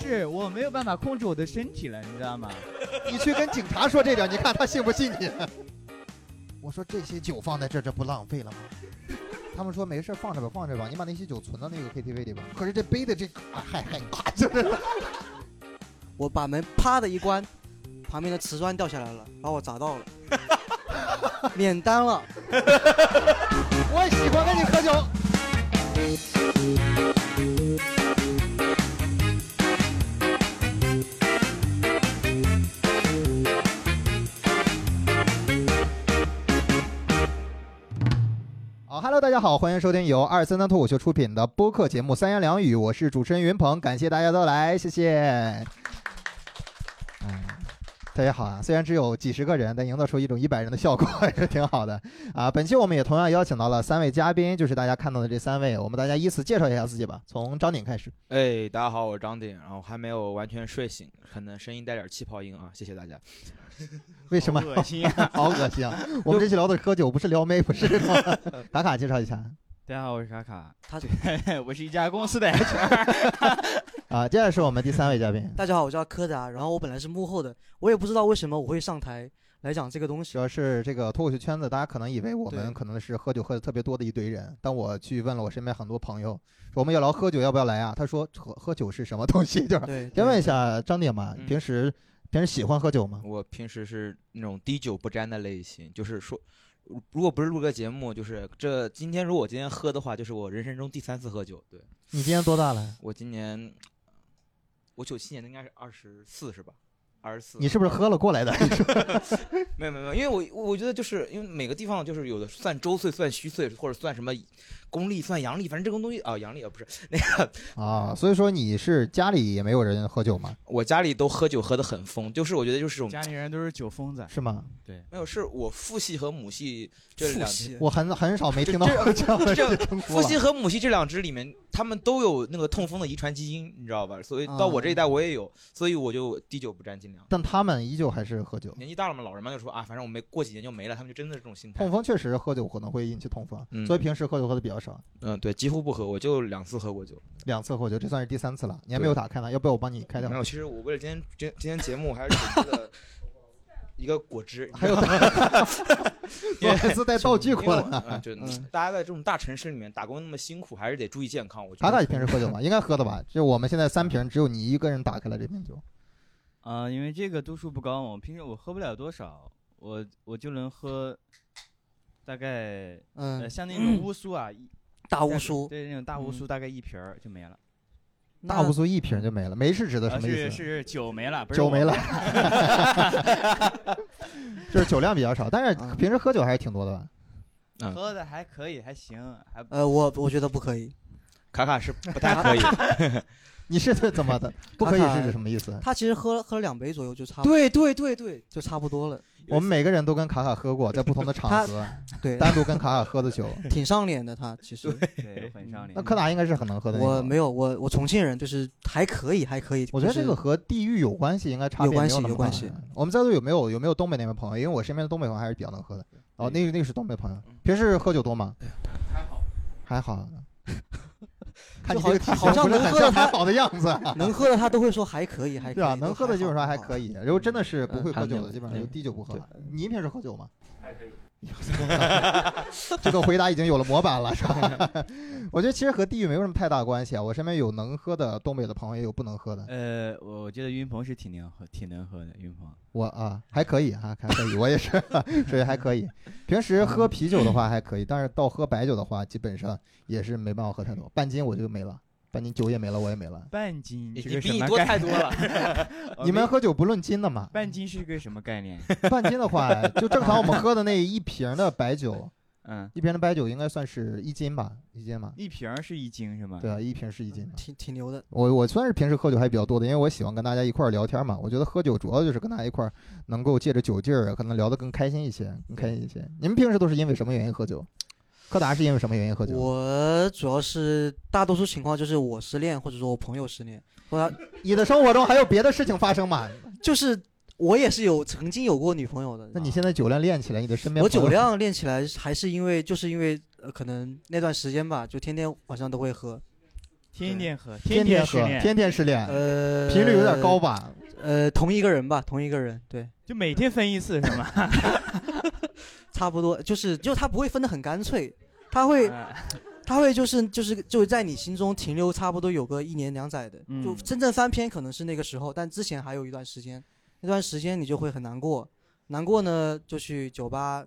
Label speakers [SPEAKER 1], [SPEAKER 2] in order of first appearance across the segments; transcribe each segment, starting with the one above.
[SPEAKER 1] 是我没有办法控制我的身体了，你知道吗？
[SPEAKER 2] 你去跟警察说这点，你看他信不信你？ 我说这些酒放在这儿，这不浪费了吗？他们说没事，放着吧，放着吧，你把那些酒存到那个 KTV 里吧。可是这杯的这，啊嗨嗨，啊就是
[SPEAKER 3] 我把门啪的一关，旁边的瓷砖掉下来了，把我砸到了， 免单了。
[SPEAKER 2] 我喜欢跟你喝酒。好、h e l l o 大家好，欢迎收听由二三三脱口秀出品的播客节目《三言两语》，我是主持人云鹏，感谢大家的来，谢谢。嗯，大家好啊，虽然只有几十个人，但营造出一种一百人的效果 还是挺好的啊。本期我们也同样邀请到了三位嘉宾，就是大家看到的这三位，我们大家依次介绍一下自己吧，从张鼎开始。
[SPEAKER 4] 哎，大家好，我是张鼎，然后还没有完全睡醒，可能声音带点气泡音啊，谢谢大家。
[SPEAKER 2] 为什么？
[SPEAKER 1] 恶心、 啊！
[SPEAKER 2] 好恶心啊！我们这期聊的是喝酒，不是撩妹，不是这个。 卡卡介绍一下
[SPEAKER 1] 大家好，我是卡卡，
[SPEAKER 3] 他
[SPEAKER 1] 对我是一家公司的 HR，
[SPEAKER 2] 啊，接下来是我们第三位嘉宾，
[SPEAKER 3] 大家好，我叫柯达，然后我本来是幕后的，我也不知道为什么我会上台来讲这个东西
[SPEAKER 2] 主。要是这个脱口秀圈子，大家可能以为我们
[SPEAKER 3] 对
[SPEAKER 2] 可能是喝酒喝的特别多的一堆人，但我去问了我身边很多朋友，说我们要聊喝酒，要不要来啊？他说喝喝酒是什么东西？ 就是
[SPEAKER 3] 对，
[SPEAKER 2] 啊先
[SPEAKER 3] 对
[SPEAKER 2] 问一下张姐嘛，
[SPEAKER 4] 嗯
[SPEAKER 2] 平时平时喜欢喝酒吗？
[SPEAKER 4] 我平时是那种滴酒不沾的类型，就是说，如如果不是录个节目，就是这今天如果我今天喝的话，就是我人生中第三次喝酒。对
[SPEAKER 2] 你今年多大了？
[SPEAKER 4] 我今年，我九七年的应该是二十四是吧？二十四。
[SPEAKER 2] 你是不是喝了过来的？
[SPEAKER 4] 没有没有，没有因为我我觉得就是因为每个地方就是有的算周岁、算虚岁，或者算什么公历、算阳历，反正这种东西啊，阳历啊不是那个，
[SPEAKER 2] 啊，所以说你是家里也没有人喝酒吗？
[SPEAKER 4] 我家里都喝酒喝得很疯，就是我觉得就是这种
[SPEAKER 1] 家里人都是酒疯子。
[SPEAKER 2] 是吗？
[SPEAKER 4] 没有，是我父系和母系这
[SPEAKER 3] 复
[SPEAKER 4] 两
[SPEAKER 3] 习，
[SPEAKER 2] 我很很少没听到
[SPEAKER 4] 这
[SPEAKER 2] 这样的
[SPEAKER 4] 这
[SPEAKER 2] 称呼
[SPEAKER 4] 父
[SPEAKER 2] 了
[SPEAKER 4] 系和母系这两支里面，他们都有那个痛风的遗传基因，你知道吧？所以到我这
[SPEAKER 2] 嗯
[SPEAKER 4] 一代我也有，所以我就滴酒不沾，尽量。
[SPEAKER 2] 但他们依旧还是喝酒。
[SPEAKER 4] 年纪大了嘛，老人嘛就说啊，反正我没过几年就没了，他们就真的是这种心态
[SPEAKER 2] 痛。风确实喝酒可能会引起痛风，
[SPEAKER 4] 嗯
[SPEAKER 2] 所以平时喝酒喝的比较少，
[SPEAKER 4] 嗯，对，几乎不喝，我就两次喝过酒。
[SPEAKER 2] 两次喝酒，这算是第三次了。你还没有打开呢，要不要我帮你开掉
[SPEAKER 4] 没？有，其实我为了今天今今天节目，我还是准备了一个果汁，
[SPEAKER 2] 还有
[SPEAKER 4] 因为
[SPEAKER 2] 还自带道具过来。啊
[SPEAKER 4] 嗯，就
[SPEAKER 3] 嗯
[SPEAKER 4] 大家在这种大城市里面打工那么辛苦，还是得注意健康。我觉
[SPEAKER 2] 卡卡
[SPEAKER 4] 得
[SPEAKER 2] 平时喝酒吗？应该喝的吧？就我们现在三瓶，只有你一个人打开了这瓶酒。
[SPEAKER 1] 啊、因为这个度数不高嘛，我平时我喝不了多少，我我就能喝，大概呃
[SPEAKER 3] 嗯，
[SPEAKER 1] 像那种乌苏啊，一
[SPEAKER 3] 大
[SPEAKER 1] 大
[SPEAKER 3] 乌苏，
[SPEAKER 1] 对那种大乌苏
[SPEAKER 3] 嗯
[SPEAKER 1] 大概一瓶儿就没了，
[SPEAKER 2] 大乌
[SPEAKER 3] 那
[SPEAKER 2] 苏一瓶就没了，没是指的
[SPEAKER 1] 啊
[SPEAKER 2] 什么
[SPEAKER 1] 是
[SPEAKER 2] 意思？
[SPEAKER 1] 是酒没了，不是
[SPEAKER 2] 酒
[SPEAKER 1] 我
[SPEAKER 2] 没了， 就是酒量比较少，但是
[SPEAKER 3] 嗯
[SPEAKER 2] 平时喝酒还是挺多的吧？
[SPEAKER 1] 喝的还可以，还行，还不
[SPEAKER 3] 呃，我我觉得不可以。
[SPEAKER 4] 卡卡是不太可以。
[SPEAKER 2] 你是怎么 的？不可以是指什么意思？
[SPEAKER 3] 他其实喝了喝了两杯左右就差不
[SPEAKER 4] 对对对对，
[SPEAKER 3] 就差 不多了，
[SPEAKER 2] 我们每个人都跟卡卡喝过，在不同 的场合，
[SPEAKER 3] 对，
[SPEAKER 2] 单独跟卡卡喝的 酒。
[SPEAKER 3] 挺上脸的他其 实。
[SPEAKER 1] 对，很上脸
[SPEAKER 2] 那。柯达应该是很能喝的那种。
[SPEAKER 3] 我没有，我我重庆人，就是还可以，还可以。
[SPEAKER 2] 我觉得这
[SPEAKER 3] 就
[SPEAKER 2] 个
[SPEAKER 3] 是
[SPEAKER 2] 和地域有关系，应该差别
[SPEAKER 3] 有关系
[SPEAKER 2] 没那么
[SPEAKER 3] 有关系
[SPEAKER 2] 大。哦我们在座有没有有没有东北那边朋友？因为我身边的东北朋友还是比较能喝的。
[SPEAKER 3] 嗯
[SPEAKER 2] 哦，那个那个是东北朋友，平时喝酒多吗？还好，还 好。看你这个体型
[SPEAKER 3] 好像
[SPEAKER 2] 不是
[SPEAKER 3] 能
[SPEAKER 2] 很
[SPEAKER 3] 喝的
[SPEAKER 2] 像还
[SPEAKER 3] 他
[SPEAKER 2] 好的样子啊，
[SPEAKER 3] 能喝的他都会说还可
[SPEAKER 4] 哎
[SPEAKER 3] 以，还可
[SPEAKER 2] 对
[SPEAKER 3] 以
[SPEAKER 2] 吧？，能喝的基本上还可
[SPEAKER 3] 以。
[SPEAKER 2] 以，如果真的是不会喝酒的，
[SPEAKER 4] 嗯
[SPEAKER 2] 基本上就滴酒不喝
[SPEAKER 4] 对
[SPEAKER 2] 了。您平时喝酒吗？还可以。 这个回答已经有了模板了，是吧？ 我觉得其实和地域没有什么太大关系啊。我身边有能喝的东北的朋友，也有不能喝的。
[SPEAKER 1] 呃，我我觉得云鹏是挺能喝，挺能喝的。云鹏，
[SPEAKER 2] 我啊，还可以啊，还可以，我也是， 所以还可以。平时喝啤酒的话还可以，但是到喝白酒的话，基本上也是没办法喝太多，半斤我就没了，半斤酒也没了，我也没了。
[SPEAKER 1] 半斤
[SPEAKER 4] 你
[SPEAKER 1] 是个
[SPEAKER 4] 比
[SPEAKER 1] 什
[SPEAKER 4] 你
[SPEAKER 1] 么
[SPEAKER 4] 多
[SPEAKER 1] 概
[SPEAKER 4] 太多 了。
[SPEAKER 1] 呃
[SPEAKER 2] 你们
[SPEAKER 1] 没
[SPEAKER 2] 喝酒不论斤的嘛，
[SPEAKER 1] 半斤是个什么概 念？
[SPEAKER 2] 半斤的话，就正常我们喝的那一瓶的白酒，
[SPEAKER 1] 嗯，
[SPEAKER 2] 一瓶的白酒应该算是一斤吧，一斤吧，
[SPEAKER 1] 一瓶儿是一斤
[SPEAKER 3] 嗯
[SPEAKER 1] 是吗？
[SPEAKER 2] 对啊，一瓶是一斤嘛。
[SPEAKER 3] 挺挺牛的，
[SPEAKER 2] 我我算是平时喝酒还比较多的，因为我喜欢跟大家一块儿聊天嘛。我觉得喝酒主要就是跟大家一块儿能够借着酒劲儿，可能聊得更开心一些，更开心一些。你们平时都是因为什么原因喝酒？柯达是因为什么原因喝酒？
[SPEAKER 3] 我主要是大多数情况就是我失恋，或者说我朋友失恋，或者
[SPEAKER 2] 你的生活中还有别的事情发生吗？
[SPEAKER 3] 就是我也是有曾经有过女朋友的。啊
[SPEAKER 2] 那你现在酒量练起来，你的身边
[SPEAKER 3] 我
[SPEAKER 2] 朋友
[SPEAKER 3] 酒量练起来还是因为就是因为呃可能那段时间吧，就天天晚上都会喝，
[SPEAKER 1] 天天喝，
[SPEAKER 2] 天
[SPEAKER 1] 失
[SPEAKER 2] 喝，
[SPEAKER 1] 恋，
[SPEAKER 2] 天天失恋，
[SPEAKER 3] 呃，
[SPEAKER 2] 哎频率有点高。吧？
[SPEAKER 3] 呃，同一个人吧，同一个人，对，
[SPEAKER 1] 就每天分一次是吗？
[SPEAKER 3] 差不多，就是就他不会分得很干脆，他会
[SPEAKER 1] 哎
[SPEAKER 3] 他会就是就是就在你心中停留差不多有个一年两载的，
[SPEAKER 1] 嗯
[SPEAKER 3] 就真正翻篇可能是那个时候，但之前还有一段时间，那段时间你就会很难过，难过呢就去酒吧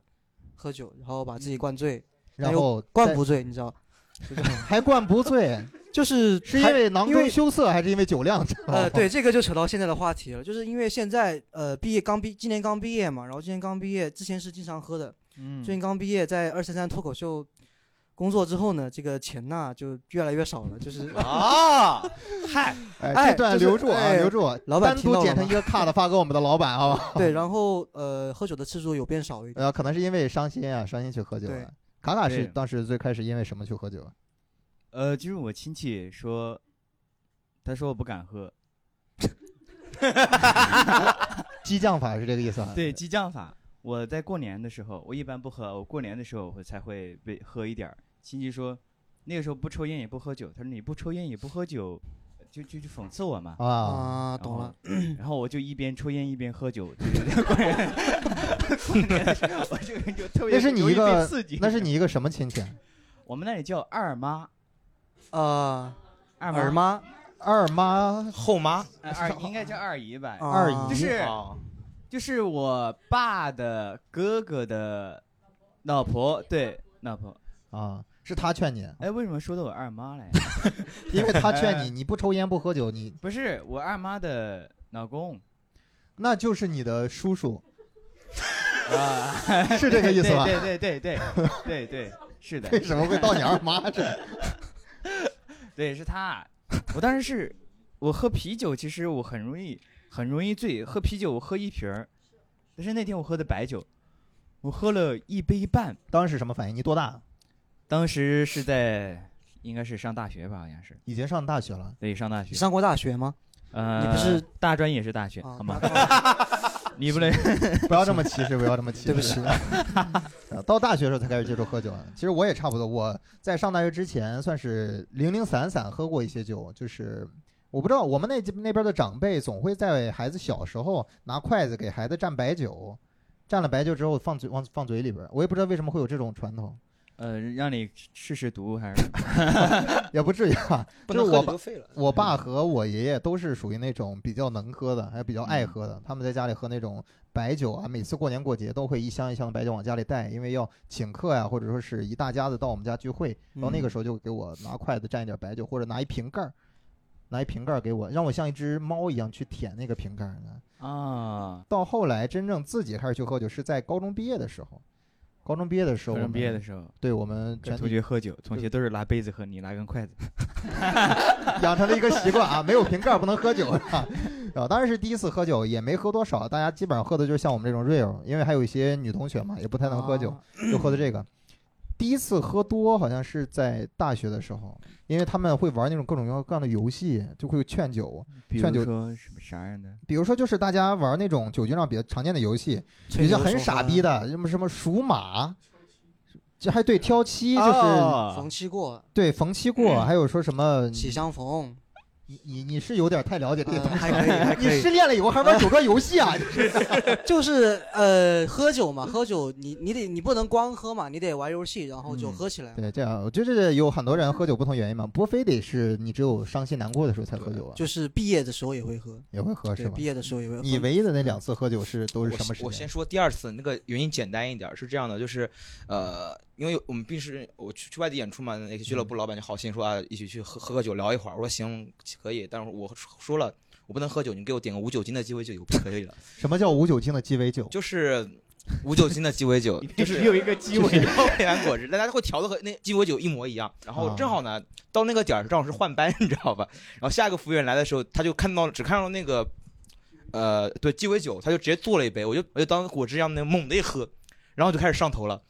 [SPEAKER 3] 喝酒，然后把自己灌醉，
[SPEAKER 2] 然后
[SPEAKER 3] 哎灌不醉，你知道，
[SPEAKER 2] 还灌不 醉，
[SPEAKER 3] 就是
[SPEAKER 2] 是因
[SPEAKER 3] 还
[SPEAKER 2] 为哦囊
[SPEAKER 3] 因
[SPEAKER 2] 中
[SPEAKER 3] 为
[SPEAKER 2] 羞涩，还是因为酒量？
[SPEAKER 3] 呃，对，，这个就扯到现在的话题了，就是因为现在呃毕业刚毕，今年刚毕业嘛，然后今年刚毕业，之前是经常喝的，
[SPEAKER 1] 嗯
[SPEAKER 3] 最近刚毕业，在二三三脱口秀工作之后呢，这个钱呐就越来越少了，就是
[SPEAKER 4] 啊，
[SPEAKER 1] 嗨，
[SPEAKER 2] 哎，
[SPEAKER 3] 哎
[SPEAKER 2] 这段
[SPEAKER 3] 就是
[SPEAKER 2] 留住啊，
[SPEAKER 3] 哎
[SPEAKER 2] 留住，
[SPEAKER 3] 老板
[SPEAKER 2] 单
[SPEAKER 3] 听
[SPEAKER 2] 独
[SPEAKER 3] 到了
[SPEAKER 2] 剪成
[SPEAKER 3] 吗
[SPEAKER 2] 一个 cut 发给我们的老板好吧？
[SPEAKER 3] 对，然后呃喝酒的次数有变少一 点，
[SPEAKER 2] 呃，可能是因为伤心啊，伤心去喝酒
[SPEAKER 3] 对
[SPEAKER 2] 了。卡卡是
[SPEAKER 1] 对
[SPEAKER 2] 当时最开始因为什么去喝酒？啊
[SPEAKER 1] 呃，就是我亲戚说，他说我不敢喝，
[SPEAKER 2] 激将法是这个意思啊？
[SPEAKER 1] 呃对，激将法。我在过年的时候，我一般不喝，我过年的时候我才会被喝一点儿。亲戚说，那个时候不抽烟也不喝酒，他说你不抽烟也不喝酒，就就就讽刺我嘛。
[SPEAKER 2] 啊，
[SPEAKER 3] 啊，
[SPEAKER 1] 然
[SPEAKER 3] 懂
[SPEAKER 1] 后
[SPEAKER 3] 了，。
[SPEAKER 1] 然后我就一边抽烟一边喝酒，就是在过年过年的时候 我这个人就特别
[SPEAKER 2] 那是你
[SPEAKER 1] 容易
[SPEAKER 2] 一个
[SPEAKER 1] 被刺激。
[SPEAKER 2] 那是你一个什么亲戚？啊
[SPEAKER 1] 我们那里叫二妈，
[SPEAKER 3] 呃，
[SPEAKER 1] 二
[SPEAKER 3] 耳
[SPEAKER 1] 妈，
[SPEAKER 3] 妈，
[SPEAKER 2] 二妈
[SPEAKER 4] 后妈
[SPEAKER 1] 呃二应该叫二姨吧。
[SPEAKER 3] 啊
[SPEAKER 2] 二姨
[SPEAKER 1] 就是
[SPEAKER 4] 啊，
[SPEAKER 1] 就是我爸的哥哥的老婆，对，老婆。
[SPEAKER 2] 啊，是他劝你，
[SPEAKER 1] 哎，为什么说的我二妈来？
[SPEAKER 2] 因为他劝你，你不抽烟不喝酒，你
[SPEAKER 1] 不是我二妈的老公
[SPEAKER 2] 那就是你的叔叔，
[SPEAKER 1] 啊，
[SPEAKER 2] 是这个意思吧？
[SPEAKER 1] 对对对对对对对，是的，
[SPEAKER 2] 为什么会到你二妈这？
[SPEAKER 1] 对，是他。啊我当时是，我喝啤酒，其实我很容易很容易醉，喝啤酒我喝一瓶儿，但是那天我喝的白酒，我喝了一杯半。
[SPEAKER 2] 当时什么反应？你多大？
[SPEAKER 1] 当时是在应该是上大学吧，好像是
[SPEAKER 2] 已经上大学了。
[SPEAKER 1] 对上大学
[SPEAKER 3] 你，上过大学吗？
[SPEAKER 1] 呃，
[SPEAKER 3] 你不是
[SPEAKER 1] 大专也是大学，
[SPEAKER 3] 啊
[SPEAKER 1] 好，吗
[SPEAKER 3] 那？倒
[SPEAKER 1] 你不能
[SPEAKER 2] 不要这么歧视，不要这么歧视。
[SPEAKER 3] 对不起，
[SPEAKER 2] 到大学的时候才开始接触喝酒啊。其实我也差不多，我在上大学之前算是零零散散喝过一些酒，就是我不知道我们那那边的长辈总会在孩子小时候拿筷子给孩子蘸白酒，蘸了白酒之后放嘴往放嘴里边儿，我也不知道为什么会有这种传统，
[SPEAKER 1] 呃让你试试毒还是
[SPEAKER 2] 也不至于啊。
[SPEAKER 4] 不
[SPEAKER 2] 就是
[SPEAKER 4] 能喝
[SPEAKER 2] 我嗯
[SPEAKER 4] 酒
[SPEAKER 2] 爸
[SPEAKER 4] 就废了。
[SPEAKER 1] 嗯
[SPEAKER 2] 我爸和我爷爷都是属于那种比较能喝的，还比较
[SPEAKER 1] 嗯
[SPEAKER 2] 爱喝的。他们在家里喝那种白酒啊，每次过年过节都会一箱一箱的白酒往家里带，因为要请客呀、或者说是一大家子到我们家聚会。然后
[SPEAKER 1] 嗯
[SPEAKER 2] 那个时候就给我拿筷子蘸一点白酒，或者拿一瓶盖儿，拿一瓶盖儿给我，让我像一只猫一样去舔那个瓶盖儿呢。
[SPEAKER 1] 啊？
[SPEAKER 2] 到后来真正自己开始去喝酒是在高中毕业的时候，高中毕业的时候
[SPEAKER 1] 高
[SPEAKER 2] 我们，
[SPEAKER 1] 中毕业的时候。
[SPEAKER 2] 对我们
[SPEAKER 1] 跟
[SPEAKER 2] 全
[SPEAKER 1] 同
[SPEAKER 2] 体
[SPEAKER 1] 学喝酒，同学都是拿杯子喝，你拿根筷子。
[SPEAKER 2] 养成了一个习惯啊，没有瓶盖不能喝酒是吧？啊， 当然是第一次喝酒，也没喝多少，大家基本上喝的就是像我们这种 real，因为还有一些女同学嘛，也不太能喝酒，
[SPEAKER 3] 啊
[SPEAKER 2] 就喝的这个。第一次喝多好像是在大学的时候，因为他们会玩那种各种各样的游戏，就会劝酒，
[SPEAKER 1] 比
[SPEAKER 2] 劝
[SPEAKER 1] 如
[SPEAKER 2] 酒
[SPEAKER 1] 说什么啥样的？
[SPEAKER 2] 比如说就是大家玩那种酒局上比较常见的游戏，有
[SPEAKER 3] 吹
[SPEAKER 2] 些
[SPEAKER 3] 牛
[SPEAKER 2] 很
[SPEAKER 3] 说
[SPEAKER 2] 傻
[SPEAKER 3] 话
[SPEAKER 2] 逼，的，什么什么数马，这还对挑七，就是、
[SPEAKER 1] 哦
[SPEAKER 3] 逢七过，
[SPEAKER 2] 对逢七过，还有说什么
[SPEAKER 3] 喜相逢，
[SPEAKER 2] 你你你是有点太了解这些
[SPEAKER 3] 呃
[SPEAKER 2] 东西。
[SPEAKER 3] 还可以， 还
[SPEAKER 2] 你
[SPEAKER 3] 可以
[SPEAKER 2] 失，恋了以后还玩酒桌游戏啊？
[SPEAKER 3] 就是呃喝酒嘛，喝酒你你得你不能光喝嘛，你得玩游戏，然后就
[SPEAKER 2] 嗯
[SPEAKER 3] 喝起来。
[SPEAKER 2] 对，这样我觉得有很多人喝酒不同原因嘛，不非得是你只有伤心难过的时候才喝酒啊，
[SPEAKER 3] 就是毕业的时候也会喝，
[SPEAKER 2] 也会喝
[SPEAKER 3] 对，
[SPEAKER 2] 啊是吧
[SPEAKER 3] 毕？业的时候也会喝。
[SPEAKER 2] 你唯一的那两次喝酒是都是
[SPEAKER 4] 我
[SPEAKER 2] 什么啊
[SPEAKER 4] 先
[SPEAKER 2] 时
[SPEAKER 4] 我
[SPEAKER 2] 间
[SPEAKER 4] 先？说第二次，那个原因简单一点儿，是这样的，就是，呃，因为我们平时我去去外地演出嘛，那个俱
[SPEAKER 2] 嗯
[SPEAKER 4] 乐部老板就好心说啊，一起去喝喝个酒聊一会儿。我说行，可以，但是我说了我不能喝酒，你给我点个无酒精的鸡尾酒就可以了，
[SPEAKER 2] 什么叫无酒精的鸡尾酒？
[SPEAKER 4] 就是无酒精的鸡尾酒，就是
[SPEAKER 1] 有一个鸡
[SPEAKER 4] 就。是配完果汁，但它会调的和那鸡尾酒一模一样。然后正好呢，到那个点儿正好是换班，你知道吧？然后下一个服务员来的时候，他就看到只看到那个，呃，对鸡尾酒，他就直接做了一杯，我就我就当果汁一样那猛的一喝，然后就开始上头了，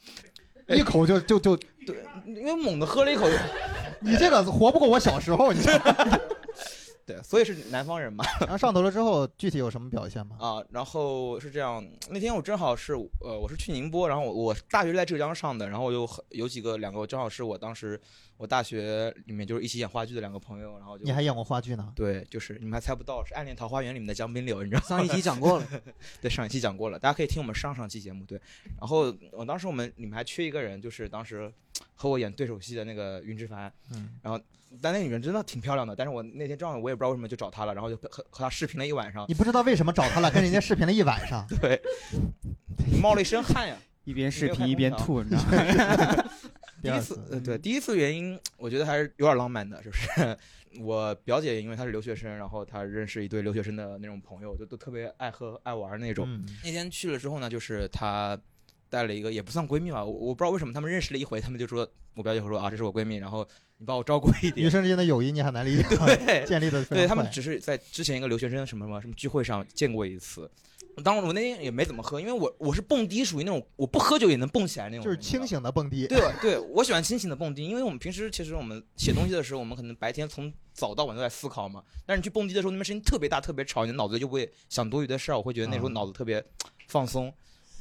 [SPEAKER 2] 一口就就就，
[SPEAKER 4] 因为猛的喝了一口，
[SPEAKER 2] 你这个活不过我小时候，你知道吗
[SPEAKER 4] 对，所以是南方人嘛。
[SPEAKER 2] 然后上头了之后，具体有什么表现吗？
[SPEAKER 4] 啊，然后是这样，那天我正好是呃，我是去宁波，然后我我大学是在浙江上的，然后我有很有几个两个正好是我当时我大学里面就是一起演话剧的两个朋友，然后就
[SPEAKER 2] 你还演过话剧呢？
[SPEAKER 4] 对，就是你们还猜不到是《暗恋桃花源》里面的江滨柳，你知道吗？
[SPEAKER 3] 上一期讲 过了，
[SPEAKER 4] 对，上一期讲过了，大家可以听我们上上期节目。对，然后我当时我们里面还缺一个人，就是当时和我演对手戏的那个云之凡，
[SPEAKER 2] 嗯，
[SPEAKER 4] 但那女人真的挺漂亮的，但是我那天正好我也不知道为什么就找她了，然后就和和她视频了一晚 上，
[SPEAKER 2] 你不知道为什么找他了，跟人家视频了一晚上。
[SPEAKER 4] 对，冒了一身汗呀。
[SPEAKER 1] 一边视
[SPEAKER 4] 没有
[SPEAKER 1] 频
[SPEAKER 4] 看
[SPEAKER 1] 一边
[SPEAKER 4] 空调
[SPEAKER 1] 吐，你知道吗？
[SPEAKER 4] 第
[SPEAKER 2] 第
[SPEAKER 4] 一
[SPEAKER 2] 二
[SPEAKER 4] 次
[SPEAKER 2] 次，嗯
[SPEAKER 4] 呃，对，第一次原因，我觉得还是有点浪漫的，就是 我表姐，因为她是留学生，然后她认识一堆留学生的那种朋友，就都特别爱喝爱玩那种。
[SPEAKER 2] 嗯，
[SPEAKER 4] 那天去了之后呢，就是她带了一个也不算闺蜜吧，我我不知道为什么他们认识了一回，他们就说我表姐会说啊，这是我闺蜜，然后你帮我照顾一
[SPEAKER 2] 女
[SPEAKER 4] 点。
[SPEAKER 2] 生之间的友谊你很难理解，
[SPEAKER 4] 对，
[SPEAKER 2] 建立的
[SPEAKER 4] 对他们只是在之前一个留学生什么什么什么聚会上见过一次。当然我那天也没怎么喝，因为我我是蹦迪，属于那种我不喝酒也能蹦起来那种，
[SPEAKER 2] 就是
[SPEAKER 4] 你知道
[SPEAKER 2] 清醒的蹦迪。
[SPEAKER 4] 对对，我喜欢清醒的蹦迪，因为我们平时其实我们写东西的时候，我们可能白天从早到晚都在思考嘛。但是你去蹦迪的时候，那边声音特别大，特别吵，你的脑子就不会想多余的事儿。我会觉得那时候
[SPEAKER 2] 嗯
[SPEAKER 4] 脑子特别放松。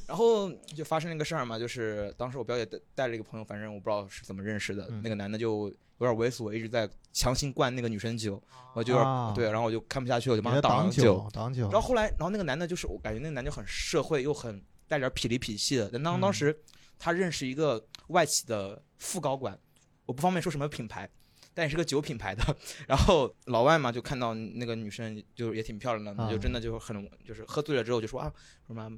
[SPEAKER 4] 然后就发生了一个事儿嘛，就是当时我表姐带带了一个朋友，反正我不知道是怎么认识的，
[SPEAKER 2] 嗯
[SPEAKER 4] 那个男的就有点猥琐，一直在强行灌那个女生酒，我就有点
[SPEAKER 2] 啊
[SPEAKER 4] 对，然后我就看不下去，我
[SPEAKER 2] 给
[SPEAKER 4] 就帮
[SPEAKER 2] 他
[SPEAKER 4] 他挡
[SPEAKER 2] 挡
[SPEAKER 4] 了
[SPEAKER 2] 酒，挡酒。
[SPEAKER 4] 然后后来，然后那个男的，就是我感觉那个男的很社会，又很带点痞里痞气的。但当
[SPEAKER 2] 嗯
[SPEAKER 4] 当时他认识一个外企的副高管，我不方便说什么品牌，但也是个酒品牌的。 然后老外嘛，就看到那个女生就也挺漂亮的，
[SPEAKER 2] 啊
[SPEAKER 4] 就真的就是很就是喝醉了之后就说啊什么。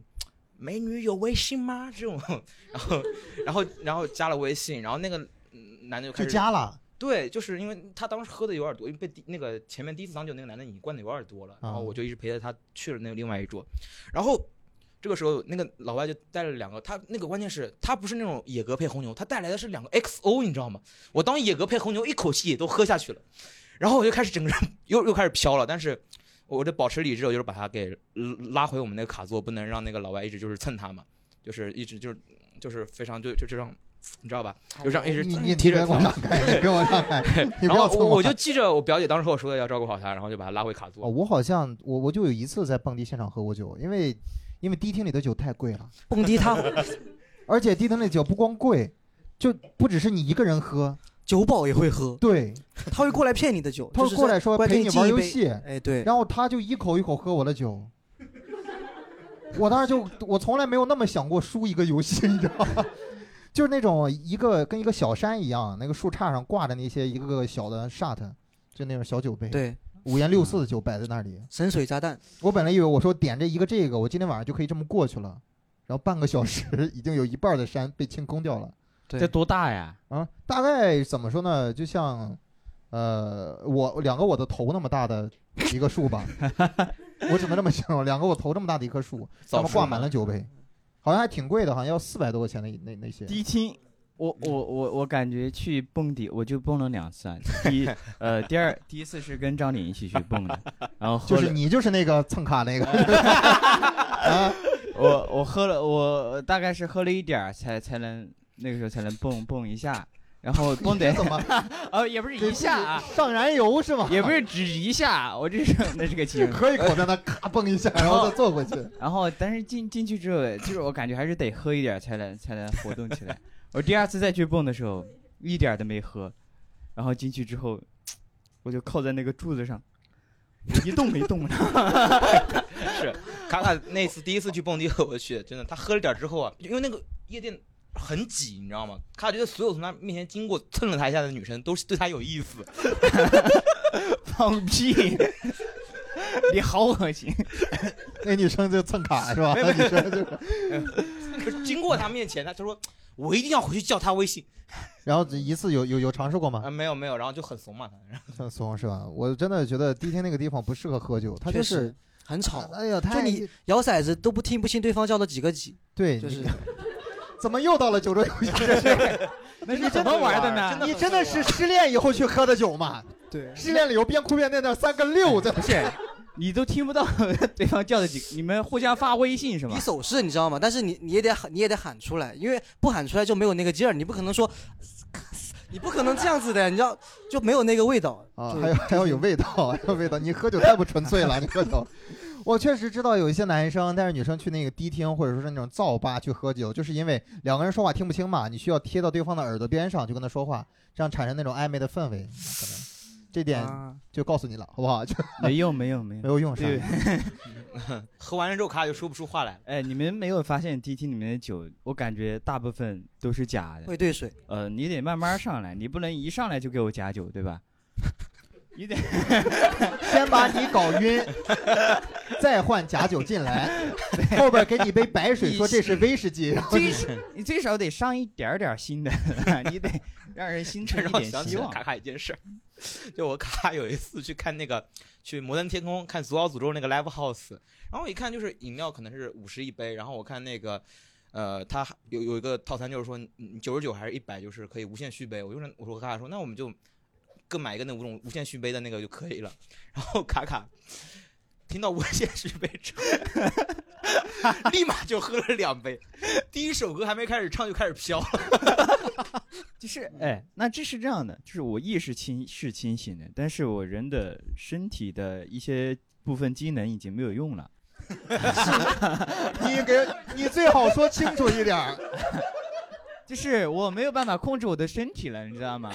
[SPEAKER 4] 美女有微信吗？这种， 然后，然后，然后加了微信，然后那个嗯男的就开
[SPEAKER 2] 就
[SPEAKER 4] 始
[SPEAKER 2] 加了，
[SPEAKER 4] 对，就是因为他当时喝的有点多，因为被第那个前面第一次挡酒那个男的已经灌的有点多了，然后
[SPEAKER 2] 啊
[SPEAKER 4] 我就一直陪着他去了那个另外一桌，然后这个时候那个老外就带了两个，他那个关键是他不是那种野格配红牛，他带来的是两个 XO，你知道吗？我当野格配红牛一口气也都喝下去了，然后我就开始整个人 又又开始飘了，但是。我这保持理智，我就是把他给拉回我们那个卡座，不能让那个老外一直就是蹭他嘛，就是一直就是就是非常就就这样，你知道吧？就这样一直
[SPEAKER 2] 你你
[SPEAKER 4] 提
[SPEAKER 2] 别
[SPEAKER 4] 着
[SPEAKER 2] 给我让开，你别给我让开， 你不
[SPEAKER 4] 然
[SPEAKER 2] 要
[SPEAKER 4] 后
[SPEAKER 2] 蹭
[SPEAKER 4] 我我
[SPEAKER 2] 看
[SPEAKER 4] 就记着我表姐当时和我说的要照顾好她，然后就把她拉回卡
[SPEAKER 2] 哦，
[SPEAKER 4] 座。
[SPEAKER 2] 我好像我我就有一次在蹦迪现场喝过酒，因为因为迪厅里的酒太贵了，
[SPEAKER 3] 蹦迪他
[SPEAKER 2] 而且迪厅里的酒不光贵，就不只是你一个人喝，
[SPEAKER 3] 酒保也会喝，
[SPEAKER 2] 对，
[SPEAKER 3] 他会过来骗你的酒，
[SPEAKER 2] 他会
[SPEAKER 3] 就是
[SPEAKER 2] 过
[SPEAKER 3] 在
[SPEAKER 2] 来说
[SPEAKER 3] 过来给
[SPEAKER 2] 陪玩
[SPEAKER 3] 你敬一
[SPEAKER 2] 游
[SPEAKER 3] 杯
[SPEAKER 2] 戏，
[SPEAKER 3] 哎，对，
[SPEAKER 2] 然后他就一口一口喝我的酒。我当时就，我从来没有那么想过输一个游戏，你知道吗？ 就是那种一个跟一个小山一样，那个树杈上挂着那些一个个小的 shot，就那种小酒杯，
[SPEAKER 3] 对，
[SPEAKER 2] 五颜六色的酒摆在那里。
[SPEAKER 3] 神水炸弹，
[SPEAKER 2] 我本来以为我说点这一个这个，我今天晚上就可以这么过去了，然后半个小时已经有一半的山被清空掉了
[SPEAKER 1] 这
[SPEAKER 3] 对，
[SPEAKER 1] 多大呀？
[SPEAKER 2] 啊！大概怎么说呢？就像，呃，我两个我的头那么大的一个 树吧，我只能这么形容，两个我头这么大的一棵树，上
[SPEAKER 4] 早
[SPEAKER 2] 面
[SPEAKER 4] 熟
[SPEAKER 2] 挂
[SPEAKER 4] 嘛
[SPEAKER 2] 满了酒杯，好像还挺贵的，好像要四百多块钱的那那些。
[SPEAKER 1] 迪厅，我我我我感觉去蹦迪，我就蹦了两次啊。第一， 呃，第二，第一次是跟张琳一起去蹦 的，然后喝
[SPEAKER 2] 就
[SPEAKER 1] 了，
[SPEAKER 2] 是你就是那个蹭卡那个
[SPEAKER 1] 哎
[SPEAKER 2] 啊，
[SPEAKER 1] 我我喝了，我大概是喝了一点儿才才能那个时候才能蹦蹦一下，然后蹦得
[SPEAKER 2] 你怎么
[SPEAKER 1] 哦也不是
[SPEAKER 2] 给
[SPEAKER 1] 一
[SPEAKER 2] 自己
[SPEAKER 1] 下啊，
[SPEAKER 2] 上燃油是吗？
[SPEAKER 1] 也不 是只一下，啊我这是那是个情况。
[SPEAKER 2] 喝一口在那咔蹦一下，
[SPEAKER 1] 哦
[SPEAKER 2] 然后再坐回去。
[SPEAKER 1] 然后但是进进去之后，就是我感觉还是得喝一点儿才能才能活动起来。我第二次再去蹦的时候，一点儿都没喝，然后进去之后，我就靠在那个柱子上，我一动没动。
[SPEAKER 4] 卡卡那次第一次去蹦迪和我去，真的，他喝了点之后啊，因为那个夜店很挤，你知道吗？卡卡觉得所有从他面前经过蹭了他一下的女生都是对他有意思，
[SPEAKER 1] 放屁！你好恶心！
[SPEAKER 2] 那女生就蹭卡是吧？那女生 就，
[SPEAKER 4] 就是经过他面前，他就说我一定要回去叫他微信
[SPEAKER 2] 然后一次有有有尝试过
[SPEAKER 4] 啊，
[SPEAKER 2] 吗？
[SPEAKER 4] 没有没有，然后就很怂嘛，他
[SPEAKER 2] 很怂是吧？我真的觉得迪厅那个地方不适合喝酒，它就
[SPEAKER 3] 确
[SPEAKER 2] 是
[SPEAKER 3] 实很吵，
[SPEAKER 2] 哎呀，太
[SPEAKER 3] 你摇骰子都不听不清对方叫了几个几，
[SPEAKER 2] 对，
[SPEAKER 3] 就
[SPEAKER 2] 你
[SPEAKER 3] 是
[SPEAKER 2] 怎么又到了酒桌游戏？
[SPEAKER 1] 那
[SPEAKER 4] 是怎么玩的呢真的
[SPEAKER 2] 你真的是失恋以后去喝的酒吗？
[SPEAKER 3] 对，
[SPEAKER 2] 失恋了以后边哭边在那三个六在
[SPEAKER 1] 不是，你都听不到 对方叫的几个，你们互相发微信是吗
[SPEAKER 3] 比？手势你知道吗？但是你你也得喊，你也得喊出来，因为不喊出来就没有那个劲儿，你不可能说 你不可能这样子的，你知道就没有那个味道
[SPEAKER 2] 啊，
[SPEAKER 3] 就
[SPEAKER 2] 还要还要有味 道，还要味道。你喝酒太不纯粹了，你喝酒。我确实知道有一些男生带着女生去那个迪厅或者说是那种噪吧去喝酒，就是因为两个人说话听不清嘛，你需要贴到对方的耳朵边上就跟他说话，这样产生那种暧昧的氛围。可能这点
[SPEAKER 3] 啊
[SPEAKER 2] 就告诉你了，好不好？就
[SPEAKER 1] 没用，没用，没用
[SPEAKER 2] 没。有用上。
[SPEAKER 1] 对，
[SPEAKER 4] 喝完了之后，咔就说不出话来了。
[SPEAKER 1] 哎，你们没有发现 DT 里面的酒，我感觉大部分都是假的。
[SPEAKER 3] 会兑水。
[SPEAKER 1] 呃，你得慢慢上来，你不能一上来就给我假酒，对吧？你得
[SPEAKER 2] 先把你搞 晕，再换假酒进来，后边给你杯白水，说这是威士忌，然后
[SPEAKER 1] 最少你最少得上一点儿点儿新的， 你得让人心
[SPEAKER 4] 这
[SPEAKER 1] 存
[SPEAKER 4] 让
[SPEAKER 1] 一
[SPEAKER 4] 我
[SPEAKER 1] 点
[SPEAKER 4] 想
[SPEAKER 1] 希
[SPEAKER 4] 起了
[SPEAKER 1] 望。
[SPEAKER 4] 卡卡一件事儿，就我卡有一次去看那个去摩登天空看《祖奥诅咒》那个 live house，然后我一看就是饮料可能是五十一杯，然后我看那个。呃，他有有一个套餐，就是说你九十九还是一百，就是可以无限续杯。我就是我说卡卡说，那我们就各买一个那五种无限续杯的那个就可以了。然后卡卡听到无限续杯之后， 立马就喝了两杯，第一首歌还没开始唱就开始飘了。
[SPEAKER 1] 就是哎，那这是这样的，就是我意识清是清醒的，但是我人的身体的一些部分机能已经没有用了。
[SPEAKER 2] 你给你最好说清楚一点儿。
[SPEAKER 1] 就是我没有办法控制我的身体了，你知道吗？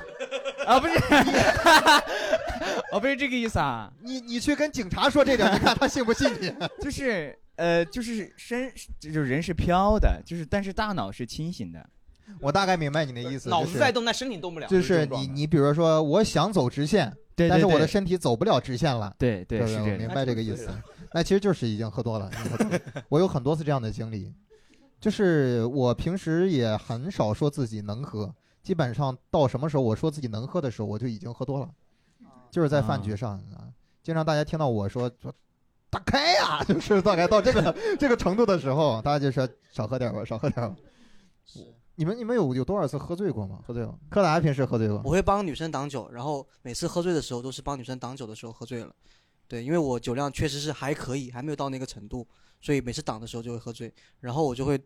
[SPEAKER 1] 啊，不是， 哦，不是这个意思啊，
[SPEAKER 2] 你你去跟警察说这点儿，你看他信不信你？
[SPEAKER 1] 就是呃，就是身，就是人是飘的，就是但是大脑是清醒的。
[SPEAKER 2] 我大概明白你的意思，
[SPEAKER 4] 脑
[SPEAKER 2] 就
[SPEAKER 4] 子
[SPEAKER 2] 是
[SPEAKER 4] 在动，但身体动不了。
[SPEAKER 2] 就
[SPEAKER 4] 这
[SPEAKER 2] 是
[SPEAKER 4] 种状
[SPEAKER 2] 你
[SPEAKER 4] 态
[SPEAKER 2] 你比如说，我想走直线，
[SPEAKER 1] 对对对，
[SPEAKER 2] 但是我的身体走不了直线了。
[SPEAKER 1] 对对
[SPEAKER 2] 对
[SPEAKER 1] 是
[SPEAKER 2] 我
[SPEAKER 1] 这
[SPEAKER 2] 明
[SPEAKER 1] 样。
[SPEAKER 2] 白这个意思。那其实就是已经喝多了。已经喝多了我有很多次这样的经历，就是我平时也很少说自己能喝，基本上到什么时候我说自己能喝的时候，我就已经喝多了，就是在饭局上啊，经常大家听到我说说。打开呀、就是大概到这个这个程度的时候，大家就说少喝点吧，少喝点吧。你们你们有有多少次喝醉过吗？喝醉过？柯达平时喝醉过？
[SPEAKER 3] 我会帮女生挡酒，然后每次喝醉的时候都是帮女生挡酒的时候喝醉了。对，因为我酒量确实是还可以，还没有到那个程度，所以每次挡的时候就会喝醉，然后我就会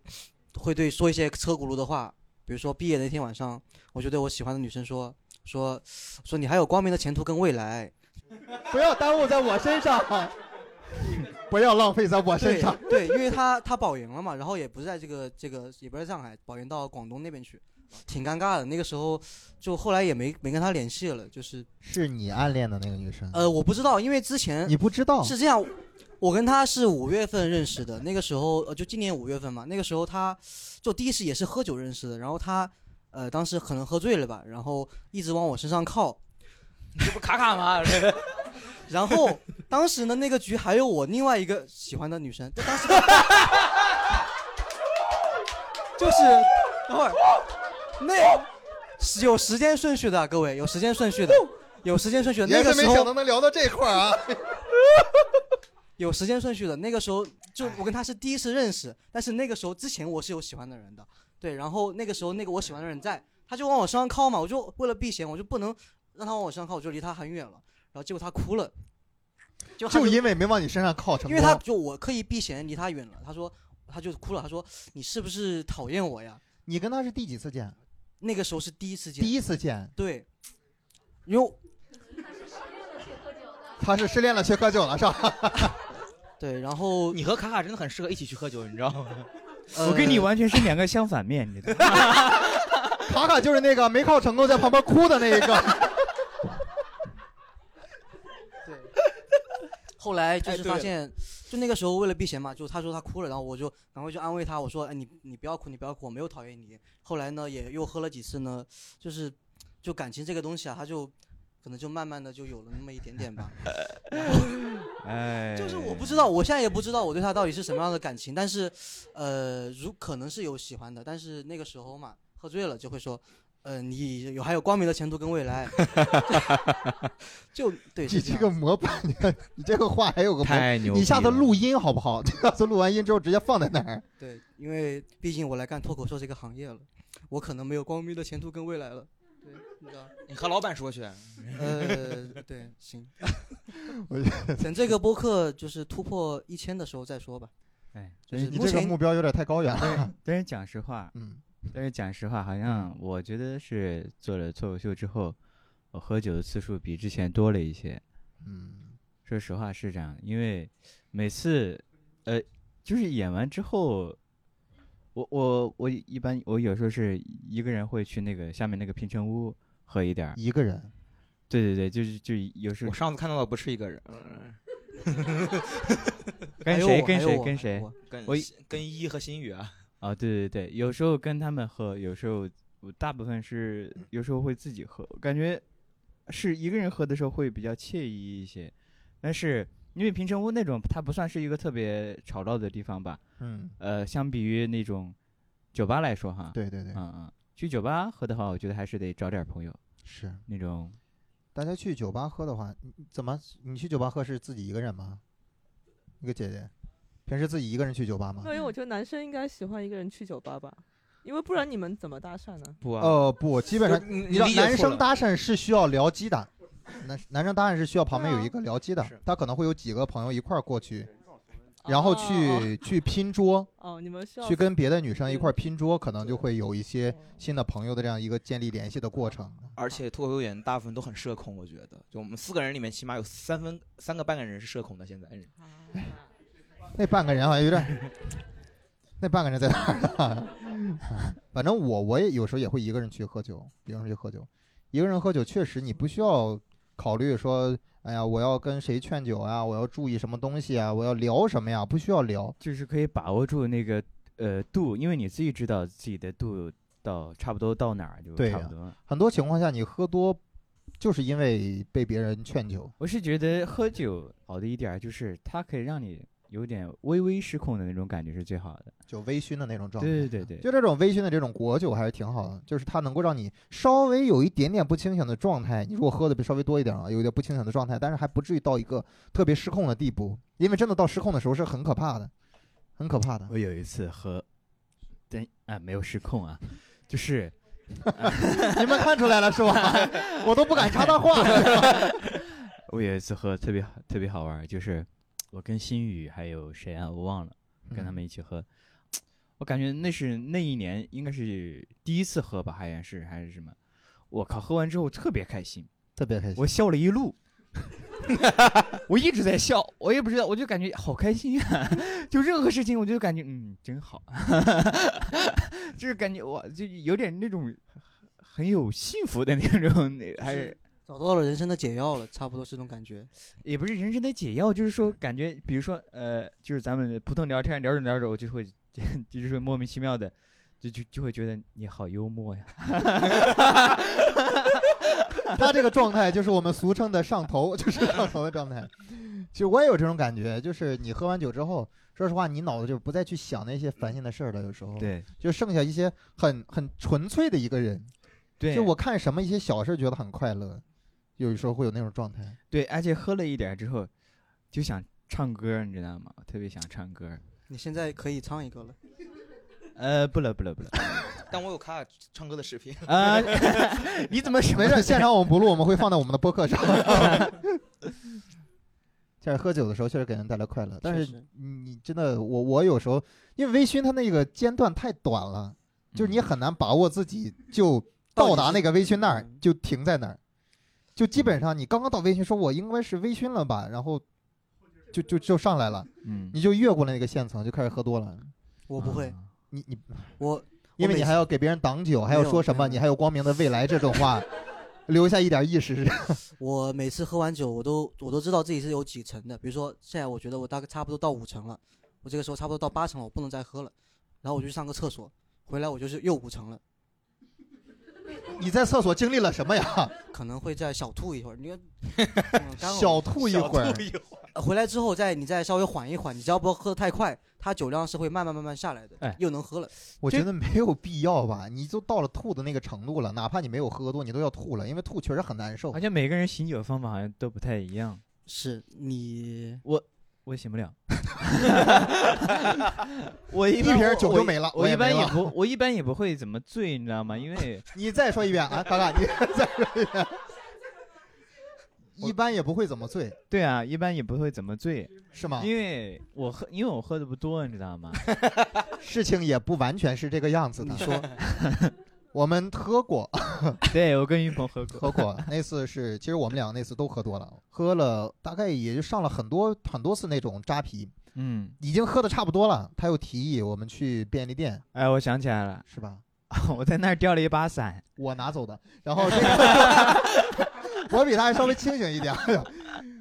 [SPEAKER 3] 会对说一些车轱辘的话，比如说毕业那天晚上，我就对我喜欢的女生说说说你还有光明的前途跟未来，
[SPEAKER 2] 不要耽误在我身上，不要浪费在我身
[SPEAKER 3] 对
[SPEAKER 2] 上。
[SPEAKER 3] 对，因为他他保研了嘛，然后也不是在这个这个也不是在上海，保研到广东那边去，挺尴尬的。那个时候就后来也没没跟他联系了，就是
[SPEAKER 2] 是你暗恋的那个女生？
[SPEAKER 3] 呃我不知道，因为之前
[SPEAKER 2] 你不知道？
[SPEAKER 3] 是这样，我跟他是五月份认识的，那个时候呃，就今年五月份嘛，那个时候他就第一次也是喝酒认识的，然后他呃当时可能喝醉了吧，然后一直往我身上靠，
[SPEAKER 4] 这不卡卡 吗？这个
[SPEAKER 3] 然后当时呢那个局还有我另外一个喜欢的女生，就当时 就是等会儿那是有时间顺序的，各位有时间顺序的。有时间顺序的，那
[SPEAKER 2] 也
[SPEAKER 3] 个
[SPEAKER 2] 是
[SPEAKER 3] 时
[SPEAKER 2] 没
[SPEAKER 3] 候
[SPEAKER 2] 想到能聊到这块儿啊！
[SPEAKER 3] 有时间顺序的。那个时候就我跟他是第一次认识，但是那个时候之前我是有喜欢的人的，对。然后那个时候那个我喜欢的人在，他就往我身上靠嘛，我就为了避嫌，我就不能让他往我身上靠，我就离他很远了。然后结果他哭了，就他
[SPEAKER 2] 就因为没往你身上靠成功，
[SPEAKER 3] 因为他就我刻意避嫌离他远了，他说他就哭了，他说你是不是讨厌我呀？
[SPEAKER 2] 你跟他是第几次见？
[SPEAKER 3] 那个时候是第一次见，
[SPEAKER 2] 第一次见，
[SPEAKER 3] 对，因为
[SPEAKER 2] 他是失恋了去喝酒了是吧？
[SPEAKER 3] 对，然后呃
[SPEAKER 4] 你和卡卡真的很适合一起去喝酒，你知道吗？
[SPEAKER 1] 我跟你
[SPEAKER 3] 玩。
[SPEAKER 1] 完全是两个相反面，你知道吗？
[SPEAKER 2] 卡卡就是那个没靠成功在旁边哭的那一个。
[SPEAKER 3] 对， 后来就
[SPEAKER 4] 哎
[SPEAKER 3] 是
[SPEAKER 4] 对
[SPEAKER 3] 发
[SPEAKER 4] 了
[SPEAKER 3] 现，就那个时候为了避嫌嘛，就他说他哭了，然后我就赶快就安慰他，我说：“哎，你你不要哭，你不要哭，我没有讨厌你。”后来呢，也又喝了几次呢，就是就感情这个东西啊，他就可能就慢慢的就有了那么一点点吧。
[SPEAKER 1] 哎，
[SPEAKER 3] 就是我不知道，我现在也不知道我对他到底是什么样的感情，但是，呃，如可能是有喜欢的，但是那个时候嘛，喝醉了就会说。呃，你有还有光明的前途跟未来， 就对，
[SPEAKER 2] 你
[SPEAKER 3] 是
[SPEAKER 2] 这
[SPEAKER 3] 样
[SPEAKER 2] 个模板，你看你这个话还有个模板。
[SPEAKER 1] 牛
[SPEAKER 2] 你下次录音好不好？ 下次录完音之后直接放在那儿。
[SPEAKER 3] 对，因为毕竟我来干脱口秀这个行业了，我可能没有光明的前途跟未来了。对，你知道？
[SPEAKER 4] 你和老板说去。
[SPEAKER 3] 呃，对，行
[SPEAKER 2] 我
[SPEAKER 3] 等这个播客就是突破一千的时候再说吧。
[SPEAKER 1] 哎，
[SPEAKER 3] 就是
[SPEAKER 2] 你
[SPEAKER 3] 目
[SPEAKER 2] 这个
[SPEAKER 3] 前
[SPEAKER 2] 目标有点太高远了。
[SPEAKER 1] 但是讲实话，
[SPEAKER 2] 嗯，
[SPEAKER 1] 但是讲实话，好像我觉得是做了脱口秀之后，我喝酒的次数比之前多了一些。
[SPEAKER 2] 嗯，
[SPEAKER 1] 说实话是这样，因为每次，呃，就是演完之后，我我我一般我有时候是一个人会去那个下面那个平成屋喝一点儿。
[SPEAKER 2] 一个人，
[SPEAKER 1] 对对对，就是就有时候
[SPEAKER 4] 我上次看到的不是一个人，
[SPEAKER 1] 跟
[SPEAKER 3] 还有
[SPEAKER 1] 谁
[SPEAKER 3] 我
[SPEAKER 1] 跟
[SPEAKER 3] 还有
[SPEAKER 1] 谁跟
[SPEAKER 3] 我还有
[SPEAKER 1] 谁
[SPEAKER 3] 我
[SPEAKER 4] 跟
[SPEAKER 1] 我
[SPEAKER 4] 跟一和新宇啊，
[SPEAKER 1] 啊，对对对，有时候跟他们喝，有时候我大部分是有时候会自己喝，感觉是一个人喝的时候会比较惬意一些。但是因为平成屋那种，它不算是一个特别吵闹的地方吧，
[SPEAKER 2] 嗯，
[SPEAKER 1] 呃，相比于那种酒吧来说哈，，
[SPEAKER 2] 对对对，
[SPEAKER 1] 嗯嗯，去酒吧喝的话，我觉得还是得找点朋友，
[SPEAKER 2] 是。
[SPEAKER 1] 那种
[SPEAKER 2] 大家去酒吧喝的话，你怎么你去酒吧喝是自己一个人吗？一个姐姐，平时自己一个人去酒吧吗
[SPEAKER 5] 没？有，因为我觉得男生应该喜欢一个人去酒吧吧，因为不然你们怎么搭讪呢？
[SPEAKER 4] 不啊，
[SPEAKER 2] 哦不，基本上
[SPEAKER 4] 你
[SPEAKER 2] 你知道男生搭讪是需要聊机的，男男生搭讪是需要旁
[SPEAKER 5] 啊
[SPEAKER 2] 边有一个聊机的
[SPEAKER 4] 是，
[SPEAKER 2] 他可能会有几个朋友一块儿过去，然后
[SPEAKER 5] 哦
[SPEAKER 2] 去去拼桌，
[SPEAKER 5] 哦，哦你们需要
[SPEAKER 2] 去跟别的女生一块儿拼桌，可能就
[SPEAKER 5] 对
[SPEAKER 2] 会有一些新的朋友的这样一个建立联系的过程。
[SPEAKER 4] 而且脱口秀演员大部分都很社恐，我觉得，就我们四个人里面，起码有三分三个半个人是社恐的。现在，
[SPEAKER 2] 那半个人好像有点儿，那半个人在哪儿呢？ 反正我我也有时候也会一个人去喝酒，一个人去喝酒，一个人喝酒确实你不需要考虑说，哎呀，我要跟谁劝酒啊，我要注意什么东西啊，我要聊什么呀，啊不需要聊。
[SPEAKER 1] 就是可以把握住那个呃度，因为你自己知道自己的度到差不多到哪儿就
[SPEAKER 2] 对
[SPEAKER 1] 差
[SPEAKER 2] 呀
[SPEAKER 1] 不多。
[SPEAKER 2] 很多情况下你喝多，就是因为被别人劝酒。
[SPEAKER 1] 我是觉得喝酒好的一点儿就是它可以让你有点微微失控的那种感觉是最好的。
[SPEAKER 2] 就微醺的那种状态。
[SPEAKER 1] 对对对对
[SPEAKER 2] 就这种微醺的这种果酒还是挺好的，就是它能够让你稍微有一点点不清醒的状态。你如果喝的稍微多一点啊，有一点不清醒的状态，但是还不至于到一个特别失控的地步，因为真的到失控的时候是很可怕的，很可怕的。
[SPEAKER 1] 我有一次喝，但啊没有失控啊， 就是啊
[SPEAKER 2] 你们看出来了是吧？我都不敢插他话。
[SPEAKER 1] 我有一次喝特别好特别好玩儿，就是我跟新宇还有谁啊我忘了，跟他们一起喝。
[SPEAKER 2] 嗯
[SPEAKER 1] 我感觉那是那一年应该是第一次喝吧，好像是还是什么。我靠，喝完之后特别开心，
[SPEAKER 2] 特别开心。
[SPEAKER 1] 我笑了一路， 我一直在笑，我也不知道，我就感觉好开心啊！ 就任何事情，我就感觉嗯，真好， 就是感觉我就有点那种很有幸福的那种，还是
[SPEAKER 3] 找到了人生的解药了，差不多是这种感觉。
[SPEAKER 1] 也不是人生的解药，就是说感觉，比如说呃，就是咱们普通聊天聊着聊着，我就会 就是说莫名其妙的，就就就会觉得你好幽默呀，
[SPEAKER 2] 他这个状态就是我们俗称的上头，就是上头的状态。其实我也有这种感觉，就是你喝完酒之后，说实话，你脑子就不再去想那些烦心的事儿了，有时候。
[SPEAKER 1] 对
[SPEAKER 2] 就剩下一些很很纯粹的一个人，
[SPEAKER 1] 对，
[SPEAKER 2] 就我看什么一些小事儿觉得很快乐，有时候会有那种状态。
[SPEAKER 1] 对，而且喝了一点儿之后就想唱歌，你知道吗？我特别想唱歌。
[SPEAKER 3] 你现在可以唱一个了，
[SPEAKER 1] 呃，不了不了不了，
[SPEAKER 4] 但我有卡卡唱歌的视频，
[SPEAKER 1] 啊、 你怎么什么
[SPEAKER 2] 没事，现场我们不录，我们会放到我们的播客上。 但是喝酒的时候确实给人带来快乐，但
[SPEAKER 3] 确
[SPEAKER 2] 是
[SPEAKER 3] 实
[SPEAKER 2] 你真的，我我有时候因为微醺，它那个间断太短了，就是
[SPEAKER 1] 嗯
[SPEAKER 2] 你很难把握自己就到达那个微醺那儿
[SPEAKER 3] 嗯
[SPEAKER 2] 就停在那儿，就基本上你刚刚到微醺，说我应该是微醺了吧，然后就就就上来了，
[SPEAKER 1] 嗯，
[SPEAKER 2] 你就越过了那个线层，就开始喝多了。
[SPEAKER 3] 我不会，
[SPEAKER 2] 你你，
[SPEAKER 3] 我
[SPEAKER 2] 因为
[SPEAKER 3] 每
[SPEAKER 2] 你
[SPEAKER 3] 次
[SPEAKER 2] 还要给别人挡酒，还
[SPEAKER 3] 没
[SPEAKER 2] 要
[SPEAKER 3] 有
[SPEAKER 2] 说什么，
[SPEAKER 3] 没有
[SPEAKER 2] 你还有光明的未来这种 话，留下一点意识。
[SPEAKER 3] 我每次喝完酒，我都我都知道自己是有几成的。比如说，现在我觉得我大概差不多到五成了，我这个时候差不多到八成了，我不能再喝了。然后我就去上个厕所，回来我就是又五成了，
[SPEAKER 2] 你在厕所经历了什么呀？
[SPEAKER 3] 可能会再小吐一会儿。你看，嗯干呕
[SPEAKER 2] 小 吐一会儿
[SPEAKER 4] 小，吐一会儿
[SPEAKER 3] 呃回来之后再你再稍微缓一缓，你只要不要喝得太快，它酒量是会慢慢慢慢下来的，
[SPEAKER 1] 哎
[SPEAKER 3] 又能喝了。
[SPEAKER 2] 我
[SPEAKER 1] 这
[SPEAKER 2] 觉得没有必要吧。你都到了吐的那个程度了，哪怕你没有喝多，你都要吐了，因为吐确实很难受
[SPEAKER 1] 好。
[SPEAKER 3] 哎
[SPEAKER 1] 像每个人醒酒方法好像都不太一样，
[SPEAKER 3] 是你
[SPEAKER 1] 我醒不了。 我一
[SPEAKER 2] 一
[SPEAKER 1] 般
[SPEAKER 2] 瓶
[SPEAKER 1] 我
[SPEAKER 2] 酒
[SPEAKER 1] 我
[SPEAKER 2] 就
[SPEAKER 1] 一
[SPEAKER 2] 没了
[SPEAKER 1] 我
[SPEAKER 2] 我
[SPEAKER 1] 一
[SPEAKER 2] 也
[SPEAKER 1] 般
[SPEAKER 2] 没
[SPEAKER 1] 也
[SPEAKER 2] 了
[SPEAKER 1] 不，我一般也不会怎么醉， 你知道吗？因为
[SPEAKER 2] 你再说一遍啊，嘎嘎，你再说一遍。一般也不会怎么醉，
[SPEAKER 1] 对啊，一般也不会怎么醉，
[SPEAKER 2] 是吗？
[SPEAKER 1] 因为我喝，因为我喝的不多，你知道 吗？
[SPEAKER 2] 事情也不完全是这个样子 的。
[SPEAKER 3] 你说
[SPEAKER 2] 我们喝过，
[SPEAKER 1] 对我跟于鹏喝过，
[SPEAKER 2] 喝过那次是，其实我们两个那次都喝多了，喝了大概也就上了很多很多次那种扎啤，
[SPEAKER 1] 嗯，
[SPEAKER 2] 已经喝的差不多了。他又提议我们去便利店，
[SPEAKER 1] 哎，我想起来了，
[SPEAKER 2] 是吧？
[SPEAKER 1] 我在那儿掉了一把伞，
[SPEAKER 2] 我拿走的，然后这个 我比他还稍微清醒一点。哎呦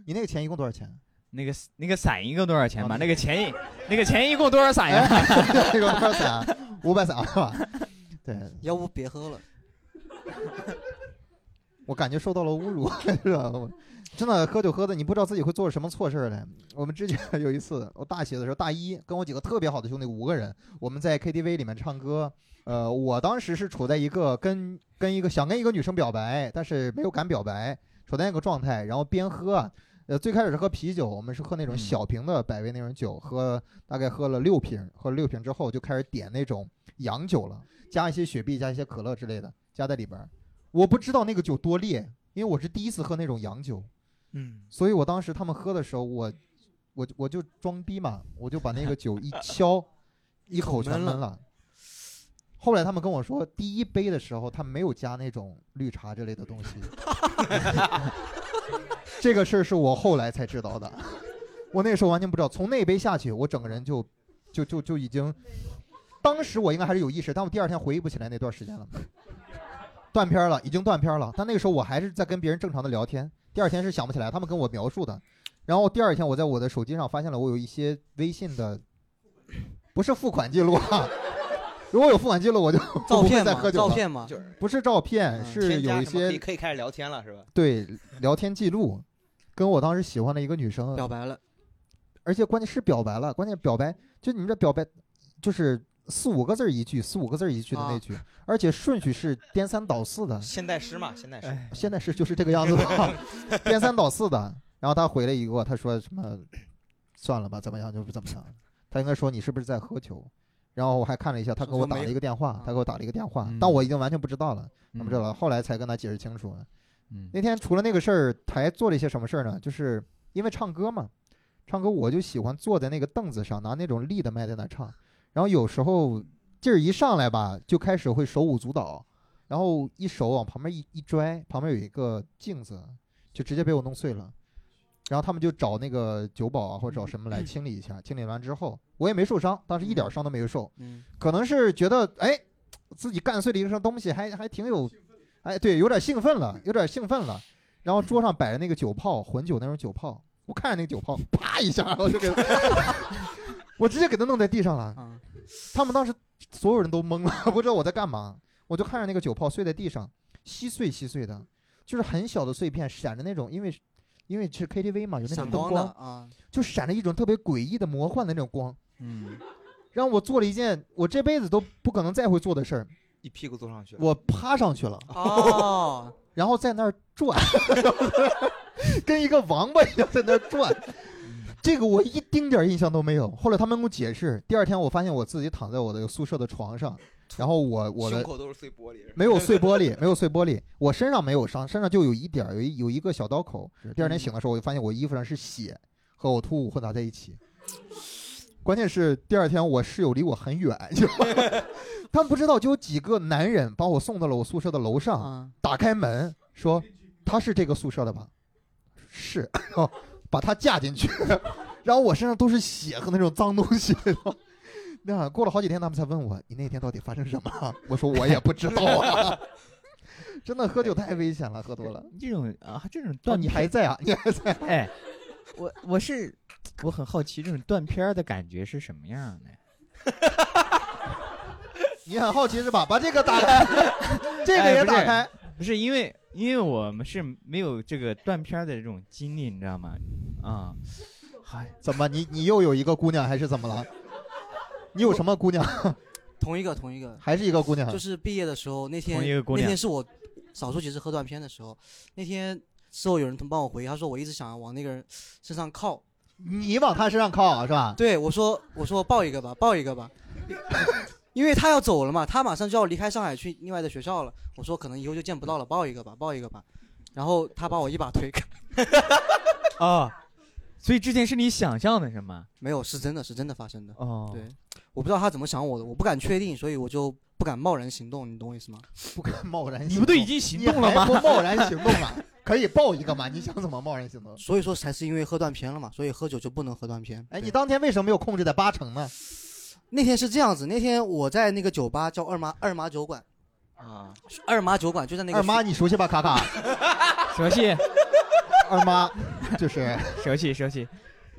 [SPEAKER 2] 你那个钱一共多少钱？
[SPEAKER 1] 那个那个伞一共多少钱嘛？
[SPEAKER 2] 啊
[SPEAKER 1] 那个钱一那个钱一共多少伞哎 呀？
[SPEAKER 2] 一共多少伞？五百伞是吧？对
[SPEAKER 3] 要不别喝了。
[SPEAKER 2] 我感觉受到了侮辱，是吧？我真的喝酒喝的，你不知道自己会做什么错事儿来。我们之前 有一次，我大学的时候，大一跟我几个特别好的兄弟五个人，我们在 KTV 里面唱歌。呃，我当时是处在一个跟跟一个想跟一个女生表白，但是没有敢表白，处在那个状态，然后边喝。呃，最开始是喝啤酒，我们是喝那种
[SPEAKER 1] 嗯
[SPEAKER 2] 小瓶的百威那种酒，喝大概喝了六瓶，喝了六瓶之后就开始点那种洋酒了，加一些雪碧，加一些可乐之类的，加在里边儿。我不知道那个酒多烈，因为我是第一次喝那种洋酒，
[SPEAKER 3] 嗯，
[SPEAKER 2] 所以我当时他们喝的时候，我我我就装逼嘛，我就把那个酒一敲，一口全
[SPEAKER 3] 闷
[SPEAKER 2] 闷了。后来他们跟我说，第一杯的时候他没有加那种绿茶之类的东西， 这个事儿是我后来才知道的。我那时候完全不知道，从那杯下去，我整个人就就就就已经，当时我应该还是有意识，但我第二天回忆不起来那段时间了，断片儿了，已经断片儿了。但那个时候我还是在跟别人正常的聊天，第二天是想不起来他们跟我描述的。然后第二天我在我的手机上发现了我有一些微信的，不是付款记录啊，如果有付款记录我就不
[SPEAKER 3] 照
[SPEAKER 2] 会
[SPEAKER 3] 片
[SPEAKER 2] 再
[SPEAKER 3] 嘛
[SPEAKER 2] 喝，酒
[SPEAKER 3] 照
[SPEAKER 2] 了，
[SPEAKER 3] 片嘛，
[SPEAKER 4] 就是
[SPEAKER 2] 不是照片，
[SPEAKER 3] 嗯
[SPEAKER 2] 是
[SPEAKER 4] 添加
[SPEAKER 2] 有一
[SPEAKER 4] 什么可以
[SPEAKER 2] 些
[SPEAKER 4] 可以开始聊天了，是吧？
[SPEAKER 2] 对聊天记录，跟我当时喜欢的一个女生
[SPEAKER 3] 表白了，
[SPEAKER 2] 而且关键是表白了，关键表白就你们这表白，就是四五个字儿一句，四五个字儿一句的那
[SPEAKER 3] 啊
[SPEAKER 2] 句，而且顺序是颠三倒四的。
[SPEAKER 4] 现代诗嘛，现代诗。
[SPEAKER 1] 哎，
[SPEAKER 2] 现在是就是这个样子的，颠三倒四的。然后他回了一个，他说什么，算了吧，怎么样就是怎么样。他应该说你是不是在喝酒？然后我还看了一下，他给我打了一个电话
[SPEAKER 3] 没，
[SPEAKER 2] 他给我打了一个电话，
[SPEAKER 1] 嗯
[SPEAKER 2] 但我已经完全不知道了，
[SPEAKER 1] 嗯
[SPEAKER 2] 不知道了。后来才跟他解释清楚。
[SPEAKER 1] 嗯
[SPEAKER 2] 那天除了那个事儿，还做了一些什么事儿呢？就是因为唱歌嘛，唱歌我就喜欢坐在那个凳子上，拿那种立的麦在那唱，然后有时候劲儿一上来吧，就开始会手舞足蹈，然后一手往旁边一一拽，旁边有一个镜子，就直接被我弄碎了。然后他们就找那个酒保啊，或者找什么来清理一下。清理完之后，我也没受伤，当时一点儿伤都没有受。
[SPEAKER 3] 嗯，
[SPEAKER 2] 可能是觉得哎，自己干碎了一个东西还，还挺有，哎，对，有点兴奋了，有点兴奋了。然后桌上摆着那个酒泡，混酒那种酒泡，我看着那个酒泡，啪一下，我就给他，我直接给他弄在地上了。
[SPEAKER 3] 啊，
[SPEAKER 2] 他们当时所有人都懵了， 不知道我在干嘛。我就看着那个酒泡碎在地上，稀碎稀碎的，就是很小的碎片，闪着那种，因为因为是 KTV 嘛，有那种
[SPEAKER 3] 闪
[SPEAKER 2] 灯
[SPEAKER 3] 光的 啊，
[SPEAKER 2] 就闪着一种特别诡异的魔幻的那种光，
[SPEAKER 1] 嗯，
[SPEAKER 2] 让我做了一件我这辈子都不可能再会做的事儿。
[SPEAKER 4] 一屁股坐上去了。
[SPEAKER 2] 我趴上去了，
[SPEAKER 3] 哦，
[SPEAKER 2] 然后在那儿转， 跟一个王八一样在那儿转。这个我一丁点儿印象都没有。后来他们给我解释，第二天我发现我自己躺在我的宿舍的床上，然后我我
[SPEAKER 4] 胸
[SPEAKER 2] 的
[SPEAKER 4] 口都是碎玻璃，是吧
[SPEAKER 2] 没有碎玻璃，没有碎玻璃，我身上没有伤，身上就有一点儿有一有一个小刀口。第二天醒的时候，我就发现我衣服上是血和呕吐物混杂在一起。关键是第二天我室友离我很远，你知道吗 他们不知道就有几个男人把我送到了我宿舍的楼上，
[SPEAKER 3] 啊，
[SPEAKER 2] 打开门说：“她是这个宿舍的吧？”是，然后把她架进去，然后我身上都是血和那种脏东西。然后那过了好几天，他们才问我：“你那天到底发生什么了？”我说：“我也不知道啊。” 真的喝酒太危险了，喝多了。
[SPEAKER 1] 这种啊，这种
[SPEAKER 2] 哦，
[SPEAKER 1] 断
[SPEAKER 2] 你
[SPEAKER 1] 片
[SPEAKER 2] 还在啊？你还在？
[SPEAKER 1] 哎，我我是我很好奇这种断片儿的感觉是什么样的呀？
[SPEAKER 2] 你很好奇是吧？把这个打开， 这个
[SPEAKER 1] 哎
[SPEAKER 2] 也
[SPEAKER 1] 不是
[SPEAKER 2] 打开。
[SPEAKER 1] 不是因为因为我们是没有这个断片儿的这种经历，你知道吗？ 啊、嗨，
[SPEAKER 2] 怎么？你你又有一个姑娘还是怎么了？你有什么姑娘？
[SPEAKER 3] 同一个同一个，
[SPEAKER 2] 还是一个姑娘？
[SPEAKER 3] 就是毕业的时候那天
[SPEAKER 1] 啊同一个姑
[SPEAKER 3] 那
[SPEAKER 1] 娘
[SPEAKER 3] 天是我少数几次喝断片的时候，那天事后有人帮我回忆，他说我一直想往那个人身上靠，
[SPEAKER 2] 你往她身上靠啊是吧？
[SPEAKER 3] 对我说我说抱一个吧，抱一个吧。 因为他要走了嘛，他马上就要离开上海去另外的学校了。我说可能以后就见不到了，抱一个吧，抱一个吧。然后他把我一把推开，
[SPEAKER 1] 哦，所以之前是你想象的是吗？
[SPEAKER 3] 没有，是真的是真的发生的。
[SPEAKER 1] 哦，
[SPEAKER 3] 对，我不知道他怎么想我的，我不敢确定，所以我就不敢贸然行动，你懂我意思吗？
[SPEAKER 2] 不敢贸然行动。
[SPEAKER 1] 你不都已经行动了
[SPEAKER 2] 你
[SPEAKER 1] 吗？
[SPEAKER 2] 还不贸然行动 了？可以报一个吗？你想怎么贸然行动？
[SPEAKER 3] 所以说才是因为喝断片了嘛，所以喝酒就不能喝断片。
[SPEAKER 2] 哎，
[SPEAKER 3] 对
[SPEAKER 2] 你当天为什么没有控制在八成呢？
[SPEAKER 3] 那天是这样子，那天我在那个酒吧叫二麻二麻酒馆，
[SPEAKER 4] 啊，
[SPEAKER 3] 二麻酒馆就在那个
[SPEAKER 2] 二妈，你熟悉吧？卡 卡，
[SPEAKER 1] 熟悉，
[SPEAKER 2] 二妈就是
[SPEAKER 1] 熟悉，熟 悉。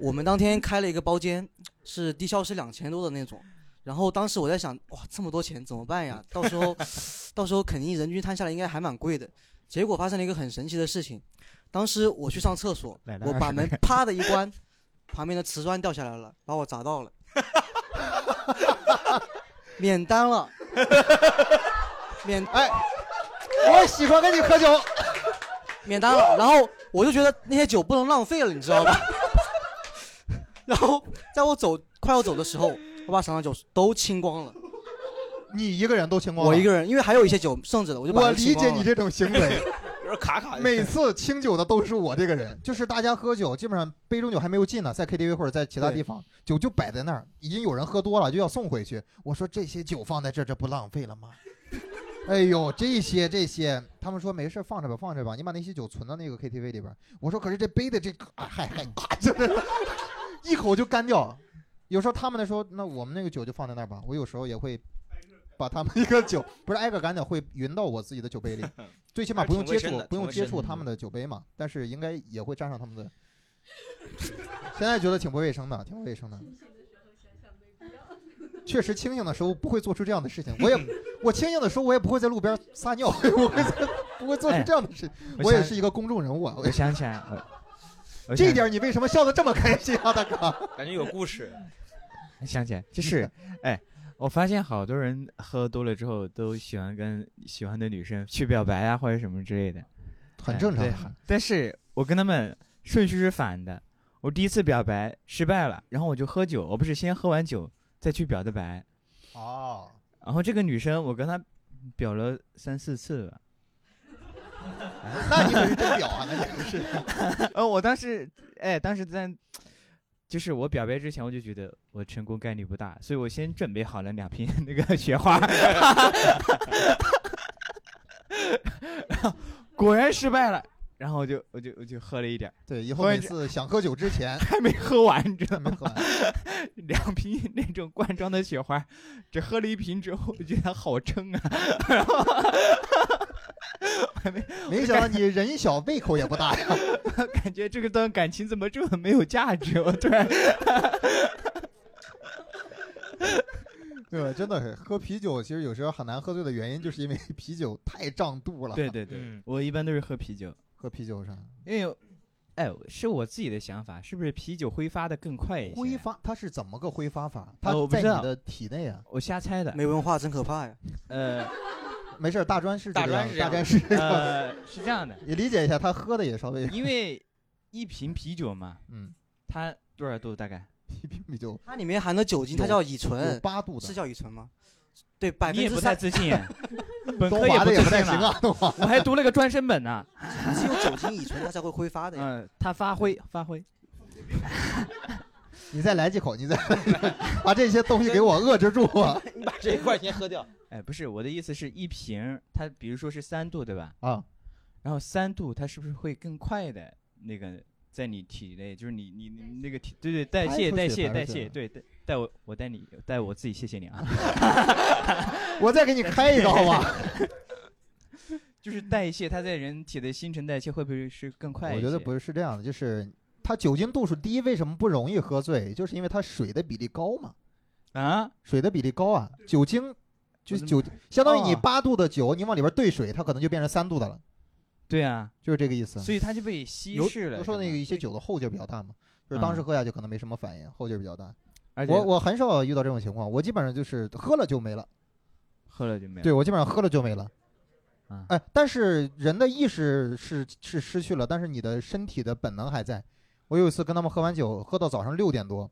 [SPEAKER 3] 我们当天开了一个包间，是低消是两千多的那种。然后当时我在想，哇，这么多钱怎么办呀？到时 候，到时候肯定人均摊下来应该还蛮贵的。结果发生了一个很神奇的事情，当时我去上厕所
[SPEAKER 1] 来，了
[SPEAKER 3] 我把 门啪的一关，旁边的瓷砖掉下来了，把我砸到 了，免单了，免
[SPEAKER 2] 哎，我喜欢跟你喝酒，
[SPEAKER 3] 免单了。然后我就觉得那些酒不能浪费了，你知道吧？ 然后在我走快要走的时候，我把手上的酒都清光了，
[SPEAKER 2] 你一个人都清光了。
[SPEAKER 3] 我一个人，因为还有一些酒剩着的，我就把
[SPEAKER 2] 我
[SPEAKER 3] 它清
[SPEAKER 2] 理
[SPEAKER 3] 光了
[SPEAKER 2] 解你这种行为，
[SPEAKER 4] 有点卡 卡的。
[SPEAKER 2] 每次清酒的都是我这个人， 就是大家喝酒，基本上杯中酒还没有进呢，在 KTV 或者在其他地方，酒就摆在那儿，已经有人喝多了就要送回去。我说这些酒放在这，这不浪费了吗？ 哎呦，这些这些，他们说没事放着吧，放着吧，你把那些酒存到那个 KTV 里边。我说可是这杯的这，啊嗨嗨，啊 就是一口就干掉。有时候他们的时候，那我们那个酒就放在那儿吧。我有时候也会把他们一个酒，不是挨个干掉，会匀到我自己的酒杯 里，最起码不用接
[SPEAKER 4] 还是挺卫生
[SPEAKER 2] 触
[SPEAKER 4] 的，
[SPEAKER 2] 不用接
[SPEAKER 4] 挺卫
[SPEAKER 2] 触
[SPEAKER 4] 生的
[SPEAKER 2] 他们的酒杯嘛。但是应该也会沾上他们的。现在觉得挺不卫生的，挺不卫生的。确实，清醒的时候不会做出这样的事情。我也，我清醒的时候，我也不会在路边撒尿， 我会在不会做出这样的事。情。我也
[SPEAKER 1] 哎想
[SPEAKER 2] 是，一个公众人物啊。我
[SPEAKER 1] 我想起来了，我我
[SPEAKER 2] 这
[SPEAKER 1] 想
[SPEAKER 2] 一点你为什么笑得这么开心啊，大哥？
[SPEAKER 4] 感觉有故事。
[SPEAKER 1] 想起来，就是， 哎，我发现好多人喝多了之后都喜欢跟喜欢的女生去表白啊，或者什么之类的，
[SPEAKER 2] 很正常
[SPEAKER 1] 哎对。但是我跟他们顺序是反的，我第一次表白失败了，然后我就喝酒，我不是先喝完酒再去表的白，
[SPEAKER 2] 哦，
[SPEAKER 1] 然后这个女生我跟她表了三四次了，
[SPEAKER 2] 那你可是真屌啊，那你可是。
[SPEAKER 1] 呃，我当时，哎，当时在，就是我表白之前，我就觉得我成功概率不大，所以我先准备好了两瓶 那个雪花，然后果 然失败了，然后我就我就我就喝了一点儿，
[SPEAKER 2] 对，以后每次想喝酒之前
[SPEAKER 1] 还没喝完，你知道
[SPEAKER 2] 没
[SPEAKER 1] 吗？
[SPEAKER 2] 喝完。
[SPEAKER 1] 两瓶 那种罐装的雪花，只喝了一瓶之后，我觉得好撑啊，然后我还没
[SPEAKER 2] 没想到你人小胃口也不大呀。
[SPEAKER 1] 感觉这个段感情怎么这么没有价值？我突然
[SPEAKER 2] 对吧？真的是喝啤酒，其实有时候很难喝醉的原因，就是因为啤酒太胀肚了。
[SPEAKER 1] 对，对对，
[SPEAKER 4] 嗯
[SPEAKER 1] 我一般都是喝啤酒。
[SPEAKER 2] 喝啤酒上
[SPEAKER 1] 因为有，哎，是我自己的想法，是不是啤酒挥发的更快一些？
[SPEAKER 2] 挥，发，它是怎么个挥发法？它
[SPEAKER 1] 呃我不
[SPEAKER 2] 在
[SPEAKER 1] 知道
[SPEAKER 2] 你的体内啊。
[SPEAKER 1] 我瞎猜的。
[SPEAKER 3] 没文化真可怕呀！
[SPEAKER 1] 呃
[SPEAKER 2] 没事儿，大专是这个样子大
[SPEAKER 4] 大
[SPEAKER 2] 专
[SPEAKER 4] 专
[SPEAKER 2] 是这个。
[SPEAKER 1] 呃，是这样的，
[SPEAKER 2] 你理解一下，他喝的也稍微
[SPEAKER 1] 因为一瓶啤酒嘛，
[SPEAKER 2] 嗯，
[SPEAKER 1] 它多少度大概？
[SPEAKER 2] 一瓶啤酒
[SPEAKER 3] 它里面含的酒精，它叫乙
[SPEAKER 2] 有
[SPEAKER 3] 醇，
[SPEAKER 2] 八度
[SPEAKER 3] 是
[SPEAKER 2] 的，
[SPEAKER 3] 叫乙醇吗？对，百
[SPEAKER 1] 你
[SPEAKER 3] 分
[SPEAKER 1] 也
[SPEAKER 3] 之
[SPEAKER 1] 不太
[SPEAKER 3] 三
[SPEAKER 1] 自信，本
[SPEAKER 2] 东
[SPEAKER 1] 科
[SPEAKER 2] 华的也
[SPEAKER 1] 不
[SPEAKER 2] 不太
[SPEAKER 1] 自信
[SPEAKER 2] 行
[SPEAKER 1] 了。
[SPEAKER 2] 啊，东华。
[SPEAKER 1] 我还读了个专升本呢，
[SPEAKER 3] 是有酒精乙醇，它才会挥发的呀。
[SPEAKER 1] 嗯，他发挥发挥，
[SPEAKER 2] 你再来几口，你 再把这些东西给我遏制住啊！
[SPEAKER 4] 你把这一块先喝掉。
[SPEAKER 1] 哎，不是我的意思是一瓶，它比如说是三度对吧？
[SPEAKER 2] 啊，
[SPEAKER 1] 然后三度它是不是会更快的那个在你体内，就是你你你那个体对对代谢代
[SPEAKER 2] 排出去
[SPEAKER 1] 谢代
[SPEAKER 2] 排出去
[SPEAKER 1] 谢，对带带我我带你带我自己谢谢你 啊，
[SPEAKER 2] 我再给你开一个好吧？
[SPEAKER 1] 就是代谢它在人体的新陈代谢会不会是更快一
[SPEAKER 2] 我
[SPEAKER 1] 些？
[SPEAKER 2] 觉得不是是这样的，就是它酒精度数低，为什么不容易喝醉？就是因为它水的比例高嘛，
[SPEAKER 1] 啊，
[SPEAKER 2] 水的比例高啊，酒精就
[SPEAKER 1] 我
[SPEAKER 2] 是
[SPEAKER 1] 怎么
[SPEAKER 2] 酒，相当于你
[SPEAKER 1] 哦
[SPEAKER 2] 八度的酒，你往里边兑水，它可能就变成三度的了，
[SPEAKER 1] 对啊，
[SPEAKER 2] 就是这个意思。
[SPEAKER 1] 所以它就被稀
[SPEAKER 2] 有
[SPEAKER 1] 释了。
[SPEAKER 2] 都说
[SPEAKER 1] 是吗
[SPEAKER 2] 那个一些，酒的后劲儿比较大嘛，就是当时
[SPEAKER 1] 嗯
[SPEAKER 2] 喝下去可能没什么反应，后劲儿比较大。
[SPEAKER 1] 而且
[SPEAKER 2] 我我很少遇到这种情况，我基本上就是喝了就没了。
[SPEAKER 1] 喝了就没有。
[SPEAKER 2] 对，我基本上喝了就没了。
[SPEAKER 1] 嗯
[SPEAKER 2] 哎，但是人的意识是是失去了，但是你的身体的本能还在。我有一次跟他们喝完酒，喝到早上六点多，